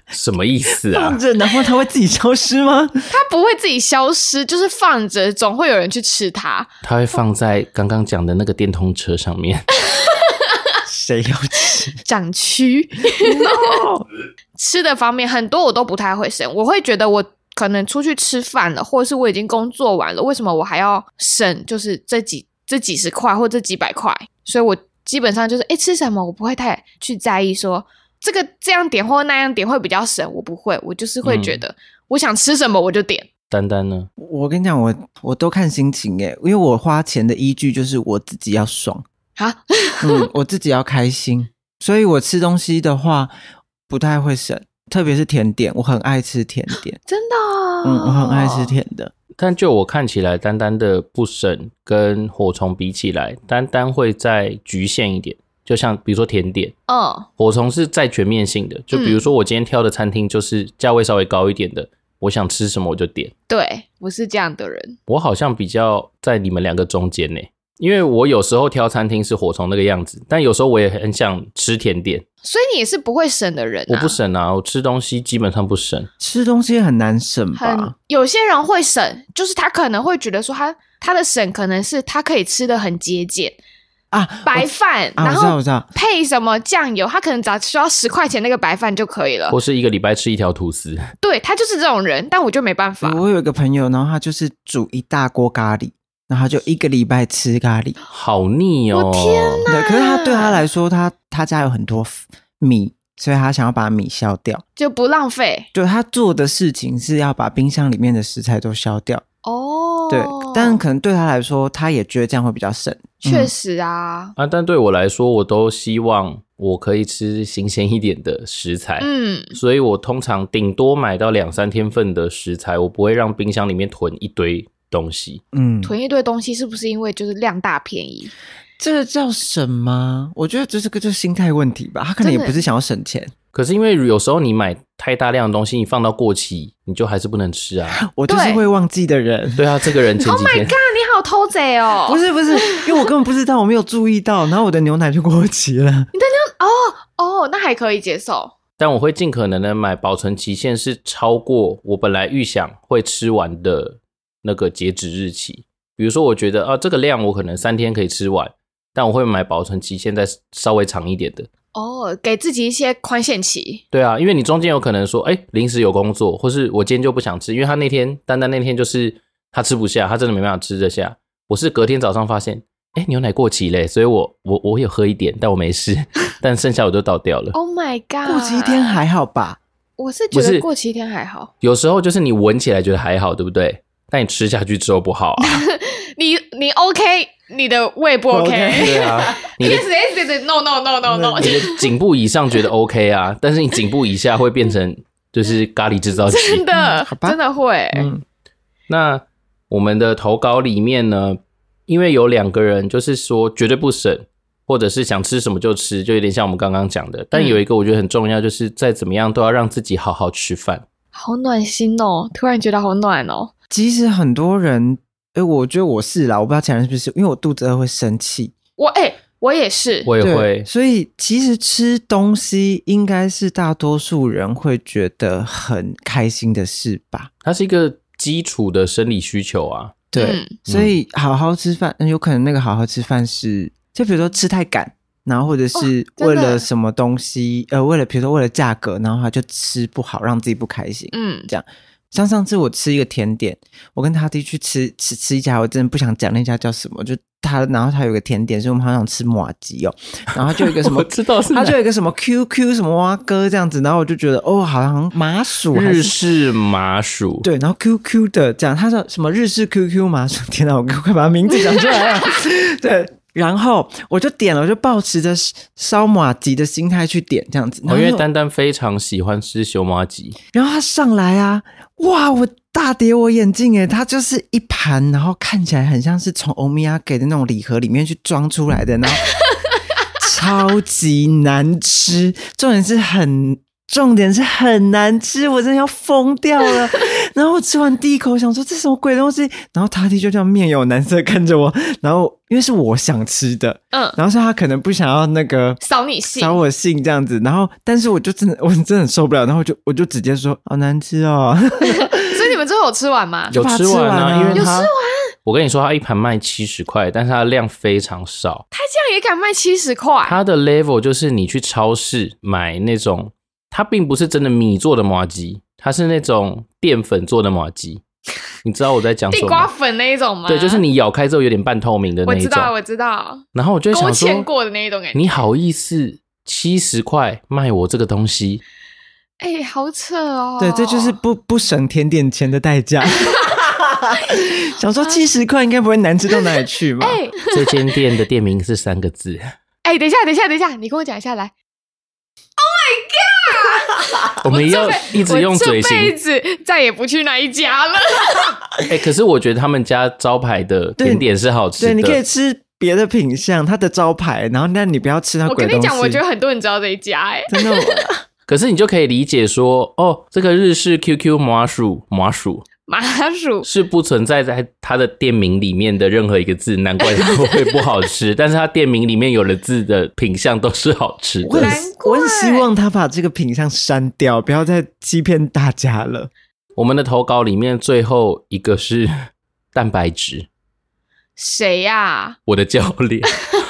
S1: 什么意思啊
S2: 放？着，然后它会自己消失吗？
S3: 它不会自己消失，就是放着，总会有人去吃它。
S1: 它会放在刚刚讲的那个电动车上面。
S2: 谁要吃？
S3: 长蛆。吃的方面，很多我都不太会省，我会觉得我可能出去吃饭了，或者是我已经工作完了，为什么我还要省？就是这几这几十块或这几百块，所以我基本上就是诶吃什么我不会太去在意说这个这样点或那样点会比较省，我不会，我就是会觉得、我想吃什么我就点。
S1: 丹丹呢？
S2: 我跟你讲，我我都看心情耶，因为我花钱的依据就是我自己要爽，
S3: 啊，
S2: 嗯，我自己要开心，所以我吃东西的话不太会省，特别是甜点，我很爱吃甜点，
S3: 真的哦、
S2: 嗯，我很爱吃甜的，
S1: 但就我看起来，丹丹的不省跟火虫比起来，丹丹会再局限一点。就像比如说甜点，
S3: 嗯，
S1: 火虫是再全面性的。就比如说我今天挑的餐厅，就是价位稍微高一点的，我想吃什么我就点。
S3: 对，我是这样的人，
S1: 我好像比较在你们两个中间呢，因为我有时候挑餐厅是火虫那个样子，但有时候我也很想吃甜点。
S3: 所以你也是不会省的人、啊。
S1: 我不省啊，我吃东西基本上不省。
S2: 吃东西很难省
S3: 很
S2: 吧？
S3: 有些人会省，就是他可能会觉得说他他的省可能是他可以吃的很节俭，
S2: 啊，
S3: 白
S2: 我
S3: 饭，
S2: 啊，我
S3: 然
S2: 知道，我
S3: 后
S2: 知道，
S3: 配什么酱油，他可能只要需要十块钱那个白饭就可以了
S1: 或。是一个礼拜吃一条吐司，
S3: 对他就是这种人，但我就没办法。
S2: 我有一个朋友，然后他就是煮一大锅咖喱，然后他就一个礼拜吃咖喱，
S1: 好腻哦！
S3: 我天哪
S2: 对，可是他对他来说，他他家有很多米，所以他想要把米消掉。
S3: 就不浪费。
S2: 就他做的事情是要把冰箱里面的食材都消掉，
S3: 哦，
S2: 对，但嗯可能对他来说，他也觉得这样会比较省。
S3: 确实啊，
S1: 啊，但对我来说，我都希望我可以吃新鲜一点的食材，
S3: 嗯，
S1: 所以我通常顶多买到两三天份的食材，我不会让冰箱里面囤一堆东西。
S2: 嗯，
S3: 囤一堆东西是不是因为就是量大便宜？
S2: 这个叫省吗？我觉得这是个就是心态问题吧。他可能也
S3: 真的
S2: 不是想要省钱。
S1: 可是因为有时候你买太大量的东西，你放到过期，你就还是不能吃啊。
S2: 我就是
S3: 对
S2: 会忘记的人。
S1: 对啊，这个人前几天、
S3: 看你好偷贼哦！
S2: 不是不是，因为我根本不知道，我没有注意到，然后我的牛奶就过期了。
S3: 哦，那还可以接受。
S1: 但我会尽可能的买保存期限是超过我本来预想会吃完的那个截止日期。比如说，我觉得啊，这个量我可能三天可以吃完，但我会买保存期限再稍微长一点的。
S3: 哦，给自己一些宽限期。
S1: 对啊，因为你中间有可能说，哎、临时有工作，或是我今天就不想吃，因为他那天丹丹那天就是他吃不下，他真的没办法吃得下。我是隔天早上发现，哎、牛奶过期嘞，所以我我我有喝一点，但我没事， 但剩下我都倒掉了。
S3: Oh my god！
S2: 过期一天，还好吧？
S3: 我是
S1: 不
S3: 觉
S1: 是
S3: 得过期一天还好。
S1: 有时候就是你闻起来觉得还好，对不对？但你吃下去之后不好啊。
S3: 你你 OK，你的胃不
S2: 不
S3: OK？
S2: OK
S1: 对啊，你的
S3: ，Yes Yes Yes No No No No No，
S1: 你的嗯颈部以上觉得 OK 啊，但是你颈部以下会变成就是咖喱制造机。
S2: 嗯
S3: 真的
S2: 好吧
S3: 真的会。
S2: 嗯，
S1: 那我们的投稿里面呢，因为有两个人就是说绝对不省，或者是想吃什么就吃，就有点像我们刚刚讲的。但
S3: 嗯
S1: 有一个我觉得很重要，就是再怎么样都要让自己好好吃饭。
S3: 好暖心哦！突然觉得好暖哦。
S2: 其实很多人，哎，我觉得我是啦，我不知道其他人是不是，因为我肚子饿会生气，
S3: 我哎、我也是，
S1: 我也
S2: 对，
S1: 会，
S2: 所以其实吃东西应该是大多数人会觉得很开心的事吧？
S1: 它是一个基础的生理需求啊。
S2: 对，
S3: 嗯
S2: 所以好好吃饭，嗯有可能那个好好吃饭是，就比如说吃太赶。然后或者是
S3: 哦真的
S2: 为了什么东西，呃，为了比如说为了价格，然后他就吃不好，让自己不开心。
S3: 嗯，
S2: 像上次我吃一个甜点，我跟他弟去吃吃吃一家，我真的不想讲那家叫什么，就他，然后他有个甜点，所以我们好想吃马吉哦，然后就有一个什 么
S1: 我。知道是
S2: 他
S1: 哪
S2: 就有一个什么 QQ 什么蛙哥这样子，然后我就觉得哦，好像麻薯还
S1: 日
S2: 是
S1: 式麻薯，
S2: 对，然后 QQ 的这样，他说什么日式 QQ 麻薯，天哪，我快把名字讲出来 了。对，然后我就点了，我就抱持着烧马吉的心态去点这样子，然
S1: 哦，
S2: 后
S1: 因为
S2: 就
S1: 丹丹非常喜欢吃熊麻吉，
S2: 然后他上来啊，哇，我大跌我眼镜诶，它就是一盘，然后看起来很像是从欧米亚给的那种礼盒里面去装出来的，然后超级难吃，重点是很。重点是很难吃，我真的要疯掉了。然后我吃完第一口，想说这什么鬼东西，然后他弟就这样面有难色看着我，然后因为是我想吃的，
S3: 嗯，
S2: 然后是他可能不想要那个
S3: 扫你兴
S2: 扫我兴这样子，然后但是我就真的 我真的很受不了，然后我就我就直接说好难吃哦，
S3: 所以你们最后有吃 完吗？
S1: 有
S2: 把它
S1: 吃
S2: 吃
S1: 完
S2: 完
S1: 啊，
S2: 啊
S1: 因为
S2: 有
S1: 它。我跟你说，它一盘卖七十块，但是它量非常少。
S3: 他这样也敢卖七十块？
S1: 它的 level 就是你去超市买那种，它并不是真的米做的麻吉，它是那种淀粉做的麻吉。你知道我在讲
S3: 地
S1: 什么
S3: 瓜
S1: 吗？
S3: 粉那一种吗？
S1: 对，就是你咬开之后有点半透明的
S3: 我
S1: 那一
S3: 知
S1: 种。
S3: 道，我知道，
S1: 然后我就
S3: 勾
S1: 想
S3: 芡
S1: 说，
S3: 过的那一种哎感觉。
S1: 你好意思七十块卖我这个东西？
S3: 哎、好扯哦！
S2: 对，这就是不不省甜点钱的代 价。想说七十块应该不会难吃到哪里去吧？
S3: 啊哎
S1: 这间店的店名是三个字，
S3: 哎、等一下，等一下，等一下，你跟我讲一下来。
S1: 我们要
S3: 这辈
S1: 一直用嘴
S3: 我这辈
S1: 型。
S3: 子再也不去那一家了。
S1: 哎、可是我觉得他们家招牌的甜点是好吃的。
S2: 对，你可以吃别的品相，它的招牌，然后但你不要吃它
S3: 我
S2: 鬼
S3: 跟
S2: 东西。
S3: 你讲，我觉得很多人知道这一家、哎，
S2: 真的，
S1: 可是你就可以理解说，哦，这个日式 QQ 麻薯麻薯
S3: 麻薯
S1: 是不存在在它的店名里面的任何一个字，难怪它会不好 吃。但是它店名里面有的字的品相都是好吃
S2: 我
S1: 的
S3: 难。
S2: 很我很希望他把这个品相删掉，不要再欺骗大家了。
S1: 我们的投稿里面最后一个是蛋白质，
S3: 谁呀、
S1: 我的教 练。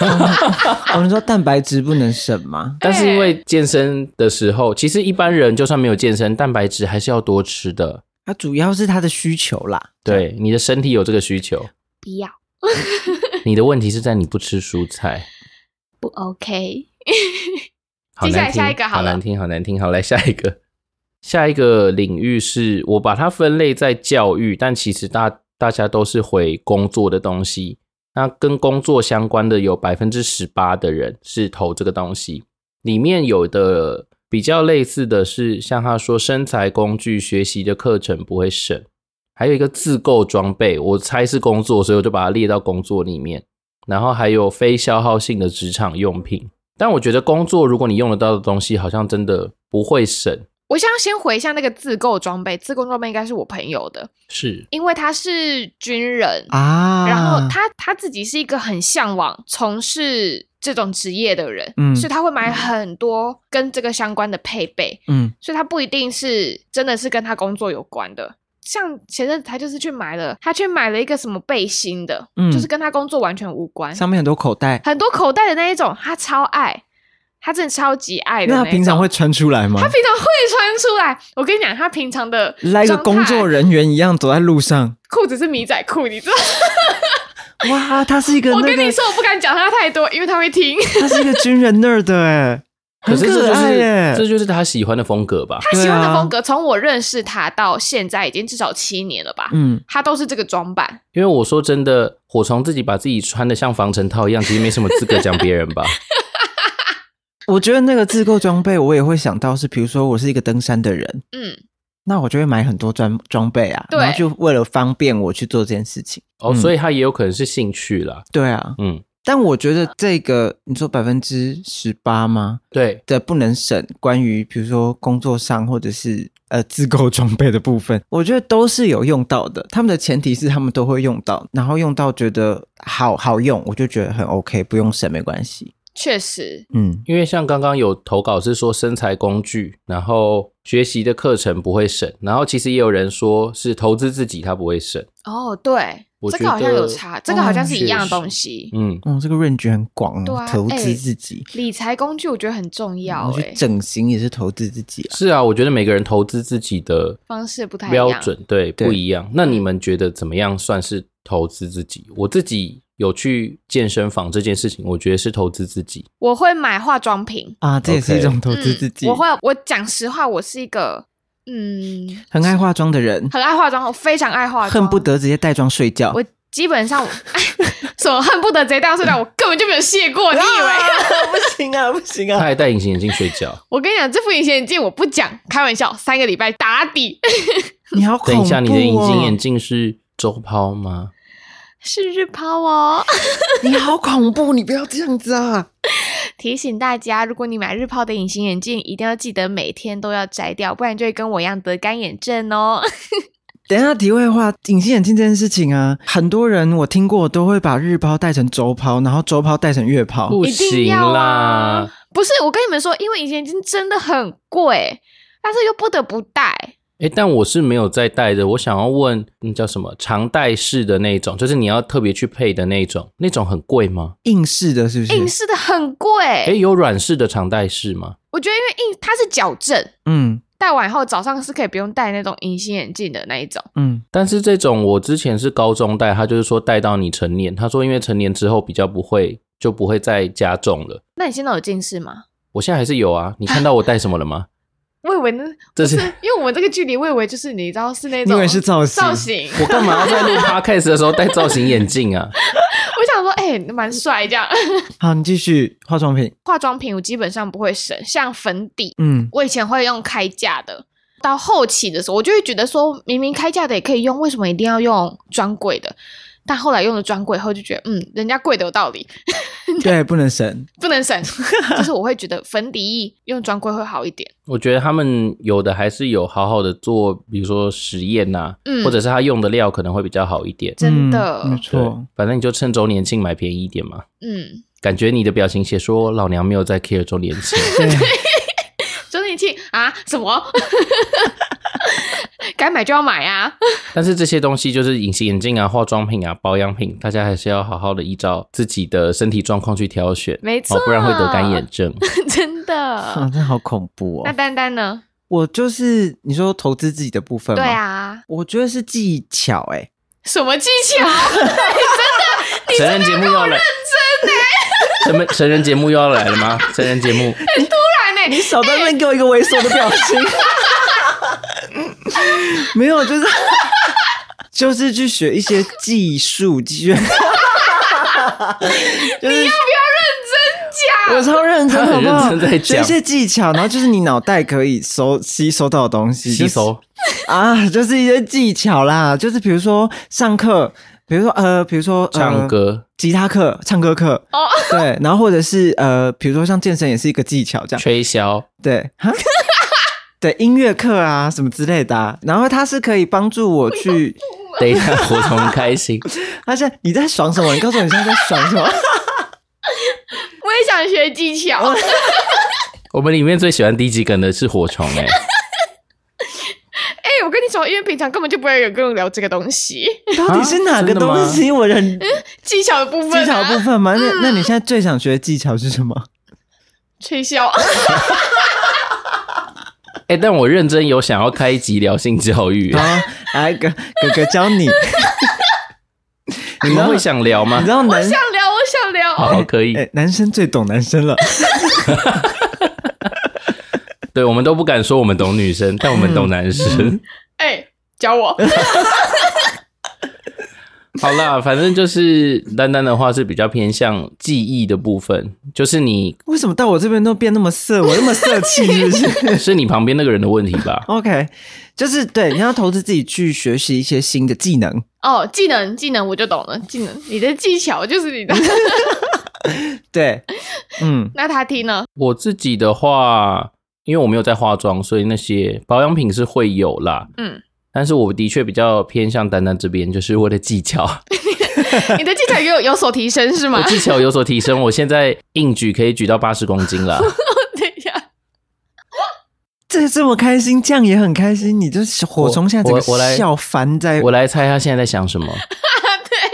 S2: 我哦们说蛋白质不能省吗？
S1: 但是因为健身的时候，其实一般人就算没有健身，蛋白质还是要多吃的。
S2: 它主要是它的需求啦。
S1: 对，你的身体有这个需求。
S3: 不要，
S1: 你的问题是在你不吃蔬菜。
S3: 不 OK。
S1: 好
S3: 接下来
S1: 难听
S3: 下一个好
S1: 好
S3: 了
S1: 难听，好难听，好来下一个，下一个领域是我把它分类在教育，但其实大大家都是回工作的东西。那跟工作相关的有百分之十八的人是投这个东西，里面有的比较类似的是，像他说身材工具学习的课程不会省，还有一个自购装备，我猜是工作，所以我就把它列到工作里面。然后还有非消耗性的职场用品，但我觉得工作如果你用得到的东西，好像真的不会省。
S3: 我想先回一下那个自购装备，自购装备应该是我朋友的，
S1: 是，
S3: 因为他是军人，
S2: 啊，
S3: 然后他他自己是一个很向往从事这种职业的人，
S2: 嗯
S3: 所以他会买很多跟这个相关的配备，
S2: 嗯
S3: 所以他不一定是真的是跟他工作有关的。像前阵子他就是去买了，他去买了一个什么背心的，
S2: 嗯
S3: 就是跟他工作完全无关，
S2: 上面很多口袋，
S3: 很多口袋的那一种，他超爱，他真的超级爱的
S2: 那
S3: 那
S2: 他平常
S3: 种
S2: 会穿出来吗
S3: 他？平常会穿出来。我跟你讲，他平常的
S2: 来个
S3: 状态
S2: 工作人员一样走在路上，
S3: 裤子是迷仔裤，你 知道？
S2: 哇，他是一啊个
S3: 我
S2: 那
S3: 跟你
S2: 个，
S3: 说，我不敢讲他太多，因为他会听。
S2: 他是一个军人那儿的 哎，
S1: 可
S2: 很
S1: 是这就
S2: 爱耶
S1: 是这就是他喜欢的风格吧？
S3: 他喜欢
S2: 对
S3: 的
S2: 啊
S3: 风格，从我认识他到现在已经至少七年了吧，
S2: 嗯，
S3: 他都是这个装扮。
S1: 因为我说真的，火虫自己把自己穿的像防尘套一样，其实没什么资格讲别人吧？
S2: 我觉得那个自购装备，我也会想到是，比如说我是一个登山的人，
S3: 嗯，
S2: 那我就会买很多装装备啊，
S3: 对
S2: 然后就为了方便我去做这件事情。
S1: 哦，
S2: 嗯
S1: 所以他也有可能是兴趣啦。
S2: 对啊，
S1: 嗯，
S2: 但我觉得这个你说百分之十八吗
S1: 对，
S2: 的不能省，关于比如说工作上或者是呃自购装备的部分，我觉得都是有用到的。他们的前提是他们都会用到，然后用到觉得好好用，我就觉得很 OK，不用省没关系。
S3: 确实，
S2: 嗯，
S1: 因为像刚刚有投稿是说身材工具，然后学习的课程不会省，然后其实也有人说是投资自己他不会省。
S3: 哦，对
S1: 我，
S3: 这
S1: 觉
S3: 个好像
S1: 得
S3: 有差，这个好像是一样的
S1: 确实
S3: 东西。
S1: 嗯，
S2: 哦，这个 range 很广
S3: 对
S2: 哦，
S3: 啊
S2: 投
S3: 哎
S2: 资自己，
S3: 理财工具我觉得很重
S2: 然
S3: 要、
S2: 后
S3: 欸，
S2: 去整形也是投资自己啊。
S1: 是啊，我觉得每个人投资自己的
S3: 方式不太一
S1: 标
S3: 样。
S1: 准对
S2: 对
S1: 不一样。那你们觉得怎么样算是投资自己？我自己有去健身房这件事情，我觉得是投资自己。
S3: 我会买化妆品，
S2: 啊，这也是一种投资自己。
S3: 嗯。我会，我讲实话，我是一个嗯，
S2: 很爱化妆的人，
S3: 很爱化妆，我非常爱化妆，
S2: 恨不得直接带妆睡觉。
S3: 我基本上我 什么恨不得贼大睡袋，我根本就没有卸过。你以为？
S2: 啊不行啊，不行
S1: 他
S2: 啊！
S1: 还戴隐形眼镜睡 觉。
S3: 我跟你讲，这副隐形眼镜我不讲，开玩笑，三个礼拜打底
S2: 你好恐怖、哦、
S1: 等一下，你的隐形眼镜是周抛吗？
S3: 是日抛哦。
S2: 你好恐怖，你不要这样子啊！
S3: 提醒大家，如果你买日抛的隐形眼镜，一定要记得每天都要摘掉，不然就会跟我一样得干眼症哦。
S2: 等一下，题外话，隐形眼镜这件事情啊，很多人我听过都会把日抛戴成周抛，然后周抛戴成月抛。
S1: 不
S3: 哦一定
S1: 行
S3: 要
S1: 啦
S3: 啊！！不是，我跟你们说，因为隐形眼镜真的很贵，但是又不得不戴。
S1: 哎、但我是没有在戴的。我想要问，那叫什么长戴式的那种，就是你要特别去配的那种，那种很贵吗？
S2: 硬式的是不是？
S3: 硬式的很贵，
S1: 哎、有软式的长戴式吗？
S3: 我觉得因为硬它是矫正，
S2: 嗯
S3: 戴完以后早上是可以不用戴那种隐形眼镜的那一种。
S2: 嗯，
S1: 但是这种我之前是高中戴，他就是说戴到你成年，他说因为成年之后比较不会，就不会再加重了。
S3: 那你现在有近视吗？
S1: 我现在还是有啊，你看到我戴什么了吗？
S3: 我以为呢，
S1: 这是
S3: 不因为我们这个距离，我以为就是你知道是那
S2: 你以
S3: 种，
S2: 为是造型？
S3: 造型。
S1: 我干嘛要在录 podcast 的时候戴造型眼镜啊？
S3: 我想说，哎、蛮帅这样。
S2: 好，你继续化妆品。
S3: 化妆品我基本上不会省，像粉底，
S2: 嗯，
S3: 我以前会用开架的，到后期的时候，我就会觉得说，明明开架的也可以用，为什么一定要用专柜的？但后来用了专柜后，就觉得嗯，人家贵的有道理，
S2: 对，不能省。
S3: 不能省。 就是我会觉得粉底液用专柜会好一点。
S1: 我觉得他们有的还是有好好的做，比如说实验呐、
S3: 嗯
S1: 或者是他用的料可能会比较好一点。
S3: 真的
S2: 嗯没
S1: 对
S2: 错。，
S1: 反正你就趁周年庆买便宜一点嘛。
S3: 嗯，
S1: 感觉你的表情写说老娘没有在 care 周年庆，
S2: 对，
S3: 周年庆啊，什么？ 该买就要买啊！
S1: 但是这些东西就是隐形眼镜啊、化妆品啊、保养品，大家还是要好好的依照自己的身体状况去挑选，
S3: 没错
S1: 哦不然会得干眼症。
S3: 真
S2: 啊，
S3: 的。
S2: 真的好恐怖
S3: 那
S2: 哦。
S3: 丹丹呢？
S2: 我就是你说投资自己的部分吗？
S3: 对，啊，
S2: 我觉得是技巧、欸，哎，
S3: 什么技 巧？
S1: 成人节目要来，
S3: 欸
S1: 成人成人节目又要来了 吗？成人节目，
S3: 丹呢、
S2: 你少在那边给我一个 猥琐的表情。没有，就是就是去学一些技术，技术。 就是我超认真，
S1: 他
S2: 好
S1: 很
S2: 不 好？
S1: 认真在
S2: 学一
S1: 讲
S2: 些技巧，然后就是你脑袋可以收吸收到的东西，
S1: 吸收
S2: 就是啊，就是一些技巧啦，就是比如说上课，比如说呃，比如说、呃、
S1: 唱、歌、
S2: 吉他课、唱歌课，
S3: 哦
S2: 对，然后或者是呃，比如说像健身也是一个技巧，这样
S1: 吹箫，
S2: 对，哈 对，音乐课啊什么之类的、啊，然后它是可以帮助我去，
S1: 等一下我从开 心，
S2: 而且你在爽什么？你告诉我你现在在爽什 么？
S3: 我也想学技 巧，哎
S1: 我们里面最喜欢低级梗的是火虫 哎、
S3: 哎、我跟你说，因为平常根本就不会有人跟我聊这个东西，
S2: 到底是哪个
S1: 真的吗
S2: 东西？我忍
S3: 技巧的部分、啊，
S2: 技巧的部分吗？那那你现在最想学的技巧是什么？
S3: 吹箫，
S1: 哎、但我认真有想要开一集聊性教育、
S2: 好
S1: 欸，，
S2: 来啊哥哥哥教 你，
S1: 你们会想聊吗
S2: 你知？道男
S3: 想聊，我想聊，
S1: 好，可以
S2: 哎、，男生最懂男 生了，
S1: 对我们都不敢说我们懂女生，但我们懂男
S2: 嗯
S1: 生。
S3: 哎、教我，
S1: 好啦，反正就是丹丹的话是比较偏向记忆的部分，就是你
S2: 为什么到我这边都变那么色，我那么色 气是不是
S1: 是你旁边那个人的问题吧？
S2: ？OK，就是对，你要投资自己去学习一些新的技能，
S3: 哦，技能，技能我就懂了，技能，你的技巧就 是你的，，
S2: 对，嗯
S3: 那他听呢？
S1: 我自己的话，因为我没有在化妆，所以那些保养品是会有啦。
S3: 嗯，
S1: 但是我的确比较偏向丹丹这边，就是我的技 巧，
S3: 你的技巧有有所提升是
S1: 我
S3: 吗？
S1: 技巧有所提升。我现在硬举可以举到八十公斤 啦。
S3: 等一下，
S2: 这这么开心，这样也很开心，你就是火从现在整
S1: 我我
S2: 个
S1: 来
S2: 笑翻
S3: 哎
S2: 在
S1: 我来猜他现在在想什么？
S3: 对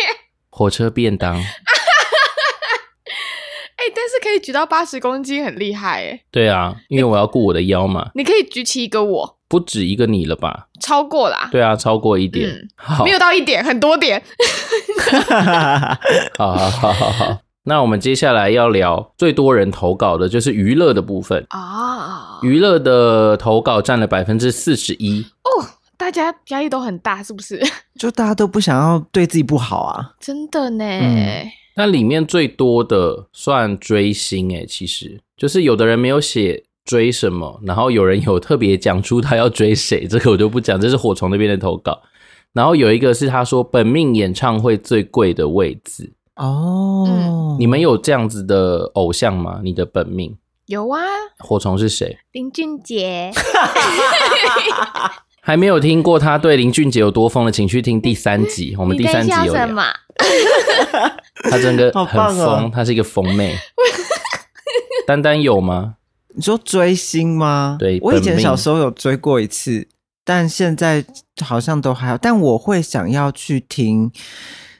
S3: 呀，
S1: 火车便当。
S3: 哎、但是可以举到八十公斤，很厉害哎！
S1: 对啊，因为我要顾我的腰嘛，
S3: 你可以举起一个我，
S1: 不止一个你了吧？
S3: 超过啦，
S1: 对啊，超过一点。
S3: 嗯
S1: 好
S3: 没，有到一点，很多点。
S1: 好好好好好。那我们接下来要聊最多人投稿的就是娱乐的部分，
S3: 啊，
S1: 娱乐的投稿占了百分之四十一。
S3: 哦大家压力都很大，是不是？
S2: 就大家都不想要对自己不好啊，
S3: 真的呢，
S2: 嗯
S1: 那里面最多的算追星诶、其实就是有的人没有写追什么，然后有人有特别讲出他要追谁，这个我就不讲，这是火虫那边的投稿。然后有一个是他说本命演唱会最贵的位置，
S2: 哦，
S3: 嗯
S1: 你们有这样子的偶像吗？你的本命
S3: 有啊，
S1: 火虫是谁？
S3: 林俊杰，
S1: 还没有听过他对林俊杰有多疯的，请去听第三 集。我们
S3: 你
S1: 第
S3: 在
S1: 三集
S3: 笑
S1: 有
S3: 什
S1: 聊，
S3: 么？
S1: 他真的
S2: 好
S1: 很
S2: 棒哦
S1: 疯，他是一个疯 妹。丹丹有吗？
S2: 你说追星吗？
S1: 对
S2: 我以前
S1: 本命
S2: 小时候有追过一次，但现在好像都还好。但我会想要去听，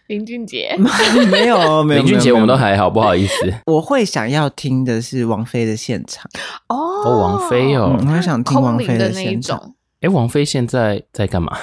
S3: 林俊杰，
S2: 没有哦没有
S1: 林俊杰
S2: 没有
S1: 我们都
S2: 没
S1: 还好，不好意思。
S2: 有我会想要听的是王菲的现场，
S3: 哦，
S1: 哦王菲哦
S2: 嗯我会想听王
S3: 空
S2: 菲
S3: 灵的那一
S2: 现场。
S3: 种，
S1: 哎，王菲现在在干嘛？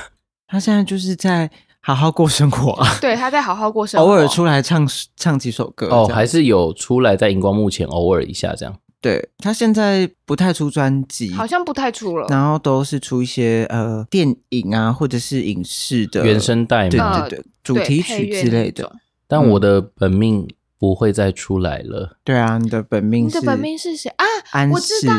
S2: 她现在就是在好好过生活啊，
S3: 对，他在好好过生活，
S2: 偶尔出来唱唱几首歌
S1: 哦，
S2: 这样
S1: 还是有出来在荧光幕前偶尔一下这样。
S2: 对。她现在不太出专辑，
S3: 好像不太出了，
S2: 然后都是出一些呃电影啊，或者是影视的
S1: 原声带
S2: 对
S1: 嘛
S2: 对
S3: 呃
S2: 对，主题曲之类的。。
S1: 但我的本命不会再出来了，
S2: 对啊，你的本
S3: 你
S2: 命是
S3: 的本命是谁啊？
S2: 安
S3: 我知
S2: 室
S3: 道，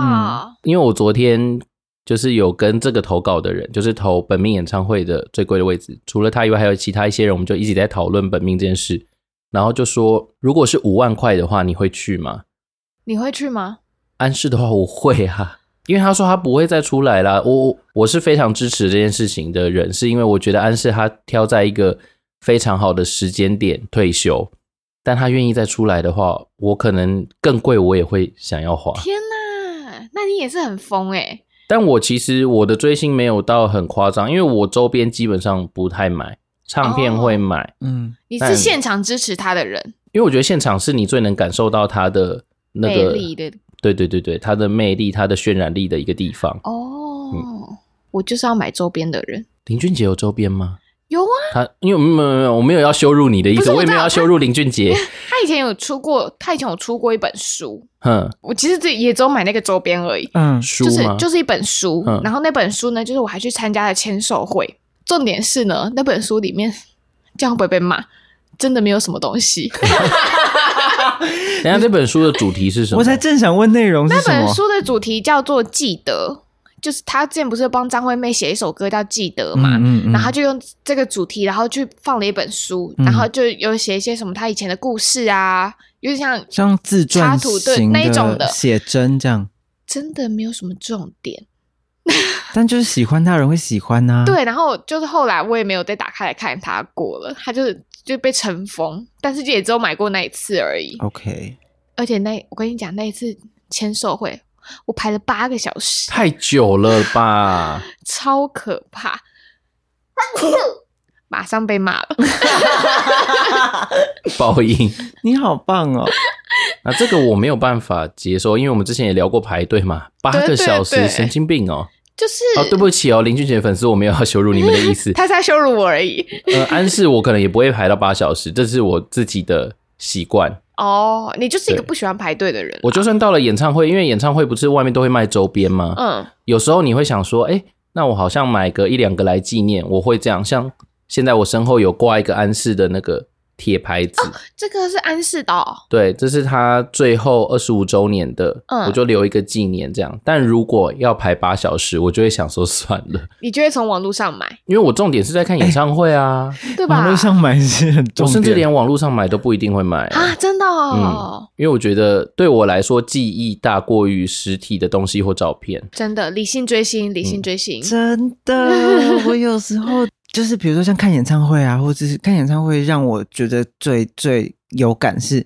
S2: 嗯，
S1: 因为我昨天就是有跟这个投稿的人，就是投本命演唱会的最贵的位置，除了他以外，还有其他一些人，我们就一起在讨论本命这件事。然后就说，如果是五万块的话，你会去吗？
S3: 你会去吗？
S1: 安室的话，我会啊，因为他说他不会再出来啦。我我我是非常支持这件事情的人，是因为我觉得安室他挑在一个非常好的时间点退休，但他愿意再出来的话，我可能更贵我也会想要花。
S3: 天哪，那你也是很疯哎、
S1: 但我其实我的追星没有到很夸张，因为我周边基本上不太买，唱片会
S3: 哦
S1: 买，
S2: 嗯，
S3: 你
S1: 但
S3: 是现场支持他的人，
S1: 因为我觉得现场是你最能感受到他的那
S3: 魅
S1: 个
S3: 力的
S1: 对对对对，他的魅力、他的渲染力的一个地方。
S3: 哦。
S1: 嗯
S3: 我就是要买周边的人，
S1: 林俊杰有周边吗？
S3: 有啊，
S1: 他因为没有没有没有，我没有要羞辱你的意
S3: 不
S1: 思，
S3: 是
S1: 我也没有
S3: 我
S1: 要
S3: 知道
S1: 羞辱林俊 杰。
S3: 他以前有出过，他以前有出过一本书，
S1: 哼，
S3: 我其实自己也只有买那个周边而已，
S2: 嗯
S1: 书
S3: 就是
S1: 吗？
S3: 就是一本书
S1: 嗯，
S3: 然后那本书呢，就是我还去参加了签售会，重点是呢，那本书里面这样会不会被骂？真的没有什么东 西。
S1: 等一下这本书的主题是什么？
S2: 我才正想问内容是
S3: 那
S2: 什
S3: 本
S2: 么。
S3: 书的主题叫做《记得》，就是他之前不是帮张惠妹写一首歌叫《记得》嘛，
S2: 嗯嗯嗯
S3: 然后他就用这个主题，然后去放了一本书，
S2: 嗯
S3: 然后就有写一些什么他以前的故事啊，有点像
S2: 像自传
S3: 插图对
S2: 型
S3: 那一种的
S2: 写真这样，
S3: 真的没有什么重点。
S2: 但就是喜欢他的人会喜欢
S1: 嗯
S2: 呐、啊。，
S3: 对，然后就是后来我也没有再打开来看他过了，他就是就被尘封，但是也只有买过那一次而
S1: 哦
S3: 已。
S2: OK，
S3: 而且那我跟你讲，那一次签售会，我排了八个小时，
S1: 太久了吧？
S3: 超可怕， 马上被 骂了。
S1: 报应。
S2: 你好棒哦！
S1: 那这个我没有办法接受，因为我们之前也聊过排队嘛，八
S3: 对
S1: 个
S3: 对
S1: 小时，
S3: 对
S1: 神经病哦！
S3: 就是、
S1: 哦，对不起哦，林俊杰的粉丝，我没有要羞辱你们的意思
S3: 。他是在羞辱我而已。
S1: 呃，安室我可能也不会排到八小时，这是我自己的习惯。
S3: 哦，你就是一个
S1: 对
S3: 不喜欢排队的人啊。
S1: 我就算到了演唱会，因为演唱会不是外面都会卖周边吗？
S3: 嗯，
S1: 有时候你会想说，哎、那我好像买个一两个来纪念，我会这样。像现在我身后有挂一个安室的那个铁牌子，
S3: 这个是安室的、哦，
S1: 对，这是他最后二十五周年的，
S3: 嗯
S1: 我就留一个纪念这样。但如果要排八小时，我就会想说算了，
S3: 你就会从网络上买，
S1: 因为我重点是在
S3: 哎
S1: 看演唱会啊，
S3: 对吧？
S2: 网络上买是很重
S1: 我
S2: 点，
S1: 甚至连网络上买都不一定会买。嗯
S3: 啊，真的、哦
S1: 因为我觉得对我来说，记忆大过于实体的东西或照片。
S3: 真的理性追星，理性追星，
S2: 真 的，我有时候就是比如说像看演唱会啊，或者是看演唱会，让我觉得最最有感是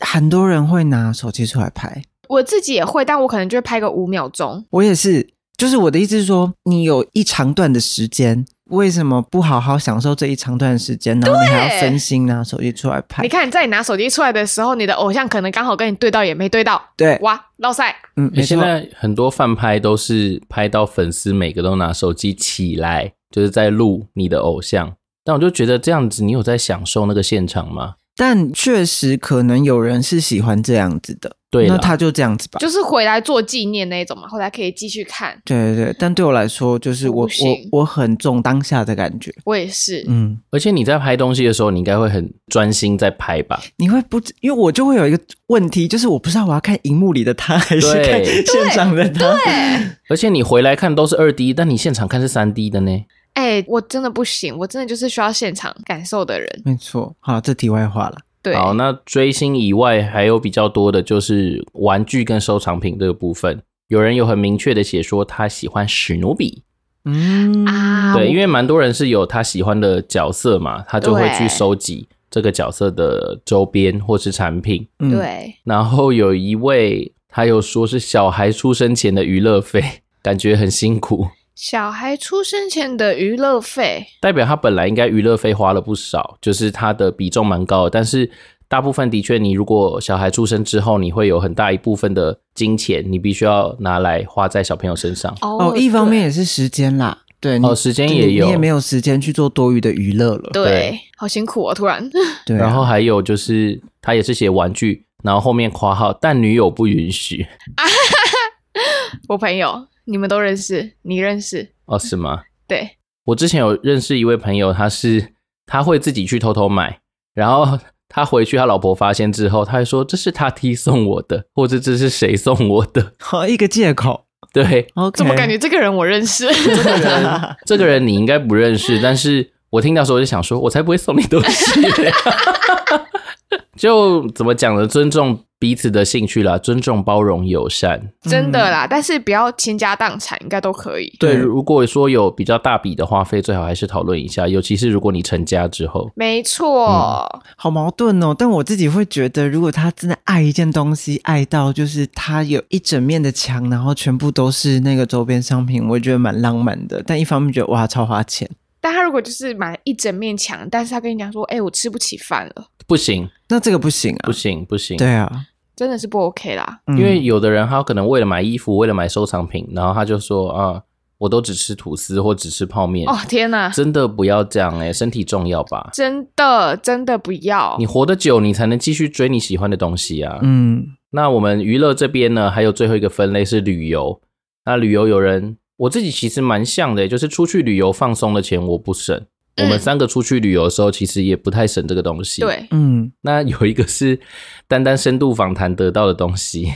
S2: 很多人会拿手机出来拍，
S3: 我自己也会，但我可能就会拍个五秒钟。
S2: 我也是。就是我的意思是说，你有一长段的时间，为什么不好好享受这一长段的时间，然后你还要分心拿手机出来拍
S3: 你？看，在你拿手机出来的时候，你的偶像可能刚好跟你对到，也没对到，
S2: 对，
S3: 哇，落赛，
S2: 嗯，没
S1: 现
S2: 错，
S1: 在很多饭拍都是拍到粉丝每个都拿手机起来，就是在录你的偶像。但我就觉得这样子，你有在享受那个现场吗？
S2: 但确实可能有人是喜欢这样子的，
S1: 对
S2: 那
S1: 啦，
S2: 他就这样子吧。
S3: 就是回来做纪念那一种嘛，后来可以继续看。
S2: 对对对，但对我来说，就是
S3: 我
S2: 我
S3: 不行
S2: 我我很重当下的感觉，
S3: 我也是，
S2: 嗯。
S1: 而且你在拍东西的时候，你应该会很专心在拍吧？
S2: 你会不知，因为我就会有一个问题，就是我不知道我要看荧幕里的他还是看
S1: 对
S2: 现场的他。
S3: 哎
S1: 而且你回来看都是二 D，但你现场看是三 D 的呢。
S3: 哎、我真的不行，我真的就是需要现场感受的人。
S2: 没错，好，这题外话了。
S3: 对，
S1: 好，那追星以外还有比较多的就是玩具跟收藏品这个部分。有人有很明确的写说他喜欢史努比，
S2: 嗯
S3: 啊
S1: 对，
S3: 我
S1: 因为蛮多人是有他喜欢的角色嘛，他就会去
S3: 对
S1: 收集这个角色的周边或是产品。
S2: 嗯，
S3: 对，
S1: 然后有一位他有说是小孩出生前的娱乐费，感觉很辛苦，
S3: 小孩出生前的娱乐费，
S1: 代表他本来应该娱乐费花了不少，就是他的比重蛮高的，但是。大部分的确，你如果小孩出生之后，你会有很大一部分的金钱，你必须要拿来花在小朋友身上。
S3: 哦
S2: 哦，一方面也是时间啦，对，你
S1: 哦时间也
S2: 你
S1: 有
S2: 你也没有时间去做多余的娱乐 了。
S3: 对，
S1: 对
S3: 好辛苦哦，突然
S2: 对啊，
S1: 然后还有就是，他也是写玩具，然后后面括号，但女友不允许。
S3: 我朋友你们都认识，你认识，
S1: 哦，是吗？
S3: 对，
S1: 我之前有认识一位朋友，他是他会自己去偷偷买，然后他回去，他老婆发现之后，他还说这是他踢送我的，或者这是谁送我的？
S2: 好一个借口。
S1: 对，
S2: OK，
S3: 怎么感觉这个人我 认识？
S1: 这个人你应该不认识，但是我听到时候我就想说，我才不会送你东西 嘞。就怎么讲呢？尊重彼此的兴趣啦，尊重、包容、友善。
S3: 真的啦，但是不要倾家荡产，应该都可以。
S1: 对，
S2: 嗯对
S1: 如果说有比较大笔的花费，最好还是讨论一下，尤其是如果你成家之后。
S3: 没错，
S2: 好矛盾哦？但我自己会觉得，如果他真的爱一件东西，爱到就是他有一整面的墙，然后全部都是那个周边商品，我觉得蛮浪漫的。但一方面觉得哇，超花钱，
S3: 但他如果就是买了一整面墙，但是他跟你讲说，哎、我吃不起饭了，
S1: 不行，
S2: 那这个不行啊
S1: 不。行，不行。
S2: 对啊，
S3: 真的是不 OK 啦。
S2: 嗯
S1: 因为有的人他可能为了买衣服，为了买收藏品，然后他就说啊，我都只吃吐司或只吃泡
S2: 嗯
S1: 面。
S3: 哦天哪，
S1: 真的不要这样哎、身体重要吧？
S3: 真的真的不要
S1: 你。活得久，你才能继续追你喜欢的东西啊。
S2: 嗯，
S1: 那我们娱乐这边呢，还有最后一个分类是旅游。那旅游有人我自己其实蛮像的，欸就是出去旅游放松的钱我不省。我
S3: 嗯
S1: 们三个出去旅游的时候，其实也不太省这个东西。，
S3: 对，
S2: 嗯，
S1: 那有一个是丹丹深度访谈得到的东西，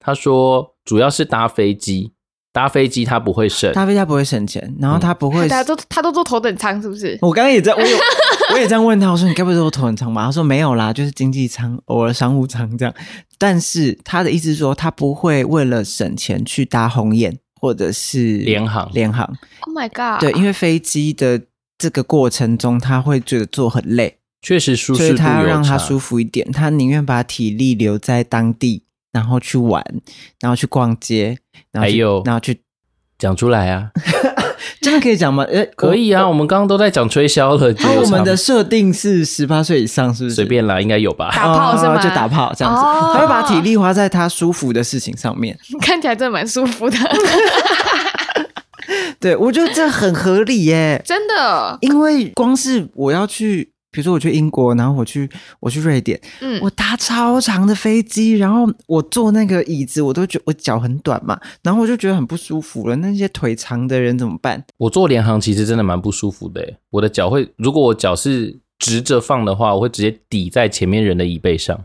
S1: 他说主要是搭飞机，搭飞机他不会省，
S2: 搭飞机他不会省钱，然后他不会
S3: 大。家都他都坐头等舱是不是？
S2: 我刚刚也在，我有 我也这样问他，我说你该不会都头很长吧？他说没有啦，就是经济舱，偶尔商务舱这样。但是他的意思是说，他不会为了省钱去搭红眼或者是
S1: 联航
S2: 联航。
S3: Oh my god！
S2: 对，因为飞机的这个过程中，他会觉得坐很累，
S1: 确实舒
S2: 所
S1: 适
S2: 以
S1: 度
S2: 他要
S1: 有
S2: 让他
S1: 差。
S2: 舒服一点，他宁愿把体力留在当地，然后去玩，然后去逛街，然后
S1: 还
S2: 去
S1: 有
S2: 然后去，
S1: 讲出来 啊，
S2: 真的可以讲吗？呃，
S1: 可以啊，我们刚刚都在讲吹箫了，
S2: 然后
S1: 有
S2: 哦我
S1: 差
S2: 们
S1: 吗
S2: 的设定是十八岁以上，是不是？
S1: 随便啦，应该有吧？
S3: 打炮是吗
S2: 哦就打炮这样子，
S3: 哦
S2: 他会把体力花在他舒服的事情上面。
S3: 看起来真的蛮 舒服的，
S2: 对，我觉得这很合理耶，
S3: 真的。
S2: 因为光是我要去，比如说我去英国，然后我去我去瑞典，
S3: 嗯，
S2: 我搭超长的飞机，然后我坐那个椅子，我都觉我脚很短嘛，然后我就觉得很不舒服了。那些腿长的人怎么办？
S1: 我坐联航其实真的蛮不舒服的欸，我的脚会，如果我脚是直着放的话，我会直接抵在前面人的椅背上。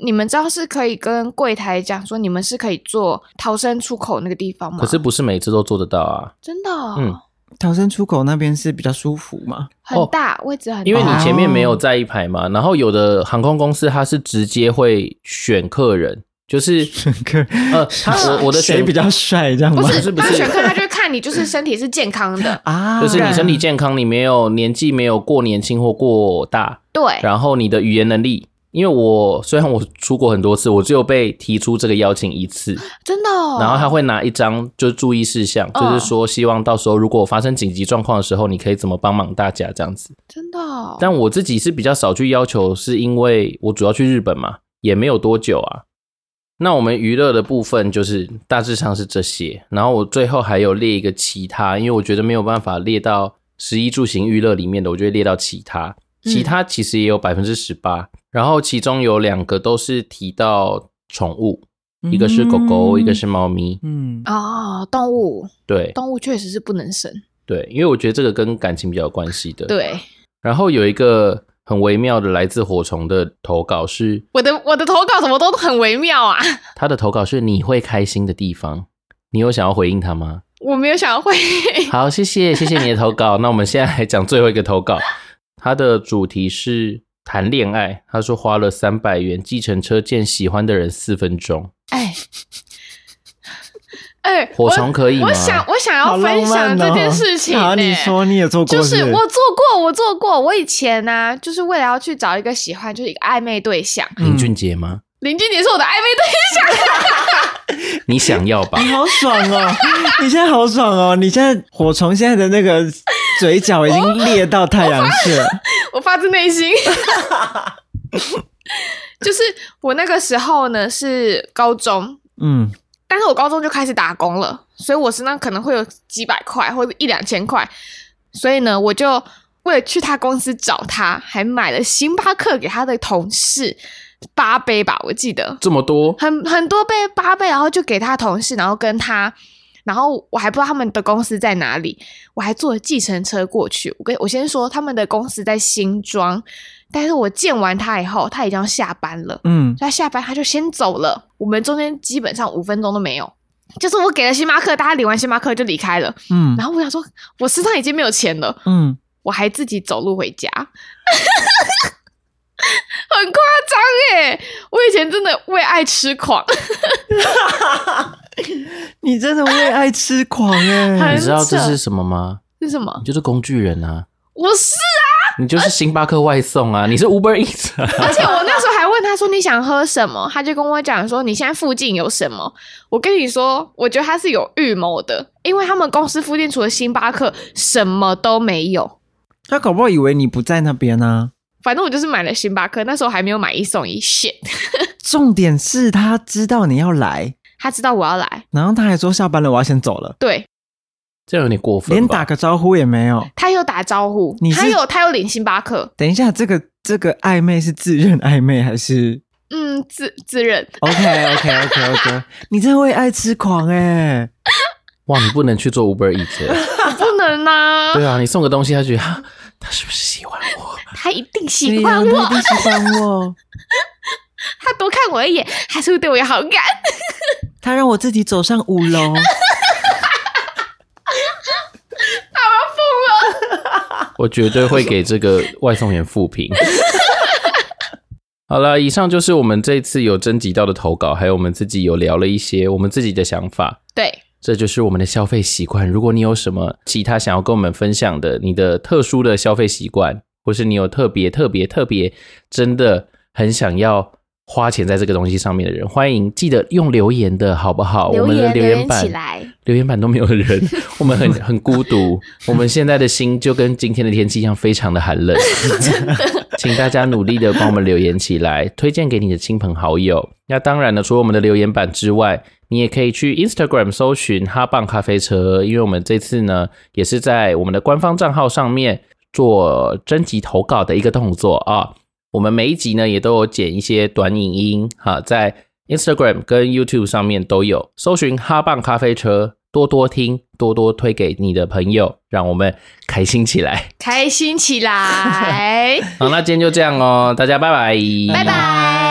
S3: 你们知道是可以跟柜台讲说你们是可以坐逃生出口那个地方吗？
S1: 可是不是每次都做得到啊，
S3: 真的哦，
S1: 嗯哦
S2: 逃生出口那边是比较舒服嘛？
S3: 很大，位置很大，
S1: 因为你前面没有
S2: 哦
S1: 在一排嘛。然后有的航空公司它是直接会选客人，就是
S2: 整个
S1: 呃，他我我的
S2: 谁
S1: 选
S2: 比较帅这样吗？，
S3: 不
S1: 不
S3: 是
S1: 是不
S3: 他
S1: 是
S3: 选课，他就会看你就是身体是健康 的
S2: 啊，
S1: 就是你身体健康，你没有年纪没有过年轻或过大，
S3: 对，
S1: 然后你的语言能力。因为我虽然我出国很多次，我只有被提出这个邀请一次，
S3: 真的哦。
S1: 然后他会拿一张就是注意事项，
S3: 嗯
S1: 就是说希望到时候如果发生紧急状况的时候，你可以怎么帮忙大家这样子。
S3: 真的哦，
S1: 但我自己是比较少去要求，是因为我主要去日本嘛，也没有多久啊。那我们娱乐的部分就是大致上是这些，然后我最后还有列一个其他，因为我觉得没有办法列到十一住行娱乐里面的，我就会列到其他。
S3: 嗯
S1: 其他其实也有百分之十八，然后其中有两个都是提到宠物，一个是狗狗，
S2: 嗯
S1: 一个是猫咪。
S2: 嗯，
S3: 哦，动物
S1: 对
S3: 动物确实是不能生，
S1: 对，因为我觉得这个跟感情比较有关系的。，
S3: 对，
S1: 然后有一个很微妙的来自火虫的投稿是，
S3: 我的我的投稿什么都很微妙啊，
S1: 他的投稿是你会开心的地方，你有想要回应他吗？
S3: 我没有想 要会，
S1: 好，谢谢，谢谢你的投 稿。那我们现在来讲最后一个投稿，它的主题是谈恋爱。他说花了三百元计程车见喜欢的人四分钟，
S3: 哎哎，
S1: 火虫可以吗
S3: 我？想我想
S2: 好
S3: 要
S2: 浪
S3: 分享
S2: 漫哦
S3: 这件事情、
S2: 好，你
S3: 哎
S2: 说你也做过，
S3: 就是
S2: 不
S3: 我做过，我做过。我以前呢、就是为了要去找一个喜欢，就是一个暧昧对象。
S1: 林俊杰吗？
S3: 林俊杰是我的暧昧对象， 嗯
S1: 你想要吧？
S2: 你好爽哦！ 你现在好爽哦！你现在火虫现在的那个嘴角已经裂到太阳 穴了，
S3: 我发自内心。就是我那个时候呢是高中，
S2: 嗯，
S3: 但是我高中就开始打工了，所以我身上可能会有几百块或者一两千块，所以呢，我就为了去他公司找他，还买了星巴克给他的同事八杯吧，我记得。
S1: 这么多，
S3: 很很多倍八倍，然后就给他同事，然后跟他，然后我还不知道他们的公司在哪里，我还坐了计程车过去。我跟我先说他们的公司在新庄，但是我见完他以后，他已经要下班了，
S2: 嗯，
S3: 他下班他就先走了，我们中间基本上五分钟都没有。就是我给了星巴克，大家领完星巴克就离开了。
S2: 嗯，
S3: 然后我想说，我身上已经没有钱了，
S2: 嗯，
S3: 我还自己走路回家， 很夸张哎！我以前真的为爱痴狂，
S2: 你真的为爱痴狂哎、
S3: 很
S1: 你知道这
S3: 扯
S1: 是什么吗？
S3: 是什么
S1: 你？就是工具人啊，
S3: 我是，
S1: 你就是星巴克外送 啊，你是 Uber Eats 啊。
S3: 而且我那时候还问他说你想喝什么，他就跟我讲说你现在附近有什么。我跟你说，我觉得他是有预谋的，因为他们公司附近除了星巴克什么都没有。
S2: 他搞不好以为你不在那边啊。
S3: 反正我就是买了星巴克，那时候还没有买一送一。shit，
S2: 重点是他知道你要来，
S3: 他知道我要来，
S2: 然后他还说下班了，我要先走了，
S3: 对
S1: 这样有点过分吧，
S2: 连打个招呼也没有。
S3: 他有打招呼
S2: 你，是
S3: 他有他有领星巴克，
S2: 等一下，这个这个暧昧是自认暧昧还是
S3: 嗯，自自认
S2: OK OK OK OK？你真的为爱痴狂哎、
S1: 哇，你不能去做 Uber Eats，欸
S3: 不能啊，
S1: 对啊，你送个东西，他觉得哈，他是不是喜欢 我？
S3: 他一定喜
S1: 啊
S3: 欢我，
S2: 我，喜欢我，
S3: 他多看我一眼，还是会对我有好感。
S2: 他让我自己走上五楼。
S1: 我绝对会给这个外送员复 评。好了，以上就是我们这次有征集到的投稿，还有我们自己有聊了一些我们自己的想法。
S3: 对，
S1: 这就是我们的消费习惯。如果你有什么其他想要跟我们分享的，你的特殊的消费习惯，或是你有特别特别特别真的很想要花钱在这个东西上面的人，欢迎记得用留言的好不好？我们的留言板
S3: 来，
S1: 留言板都没有人，我们很很孤独。我们现在的心就跟今天的天气一样，非常的寒冷。请大家努力的帮我们留言起来，推荐给你的亲朋好友。那当然了，除了我们的留言板之外，你也可以去 Instagram 搜寻哈棒咖啡车，因为我们这次呢也是在我们的官方账号上面做征集投稿的一个动作啊。我们每一集呢也都有剪一些短影音哈，在 Instagram 跟 YouTube 上面都有，搜寻哈棒咖啡车，多多听，多多推给你的朋友，让我们开心起来。
S3: 开心起来，
S1: 好，那今天就这样哦，大家拜拜，
S3: 拜拜。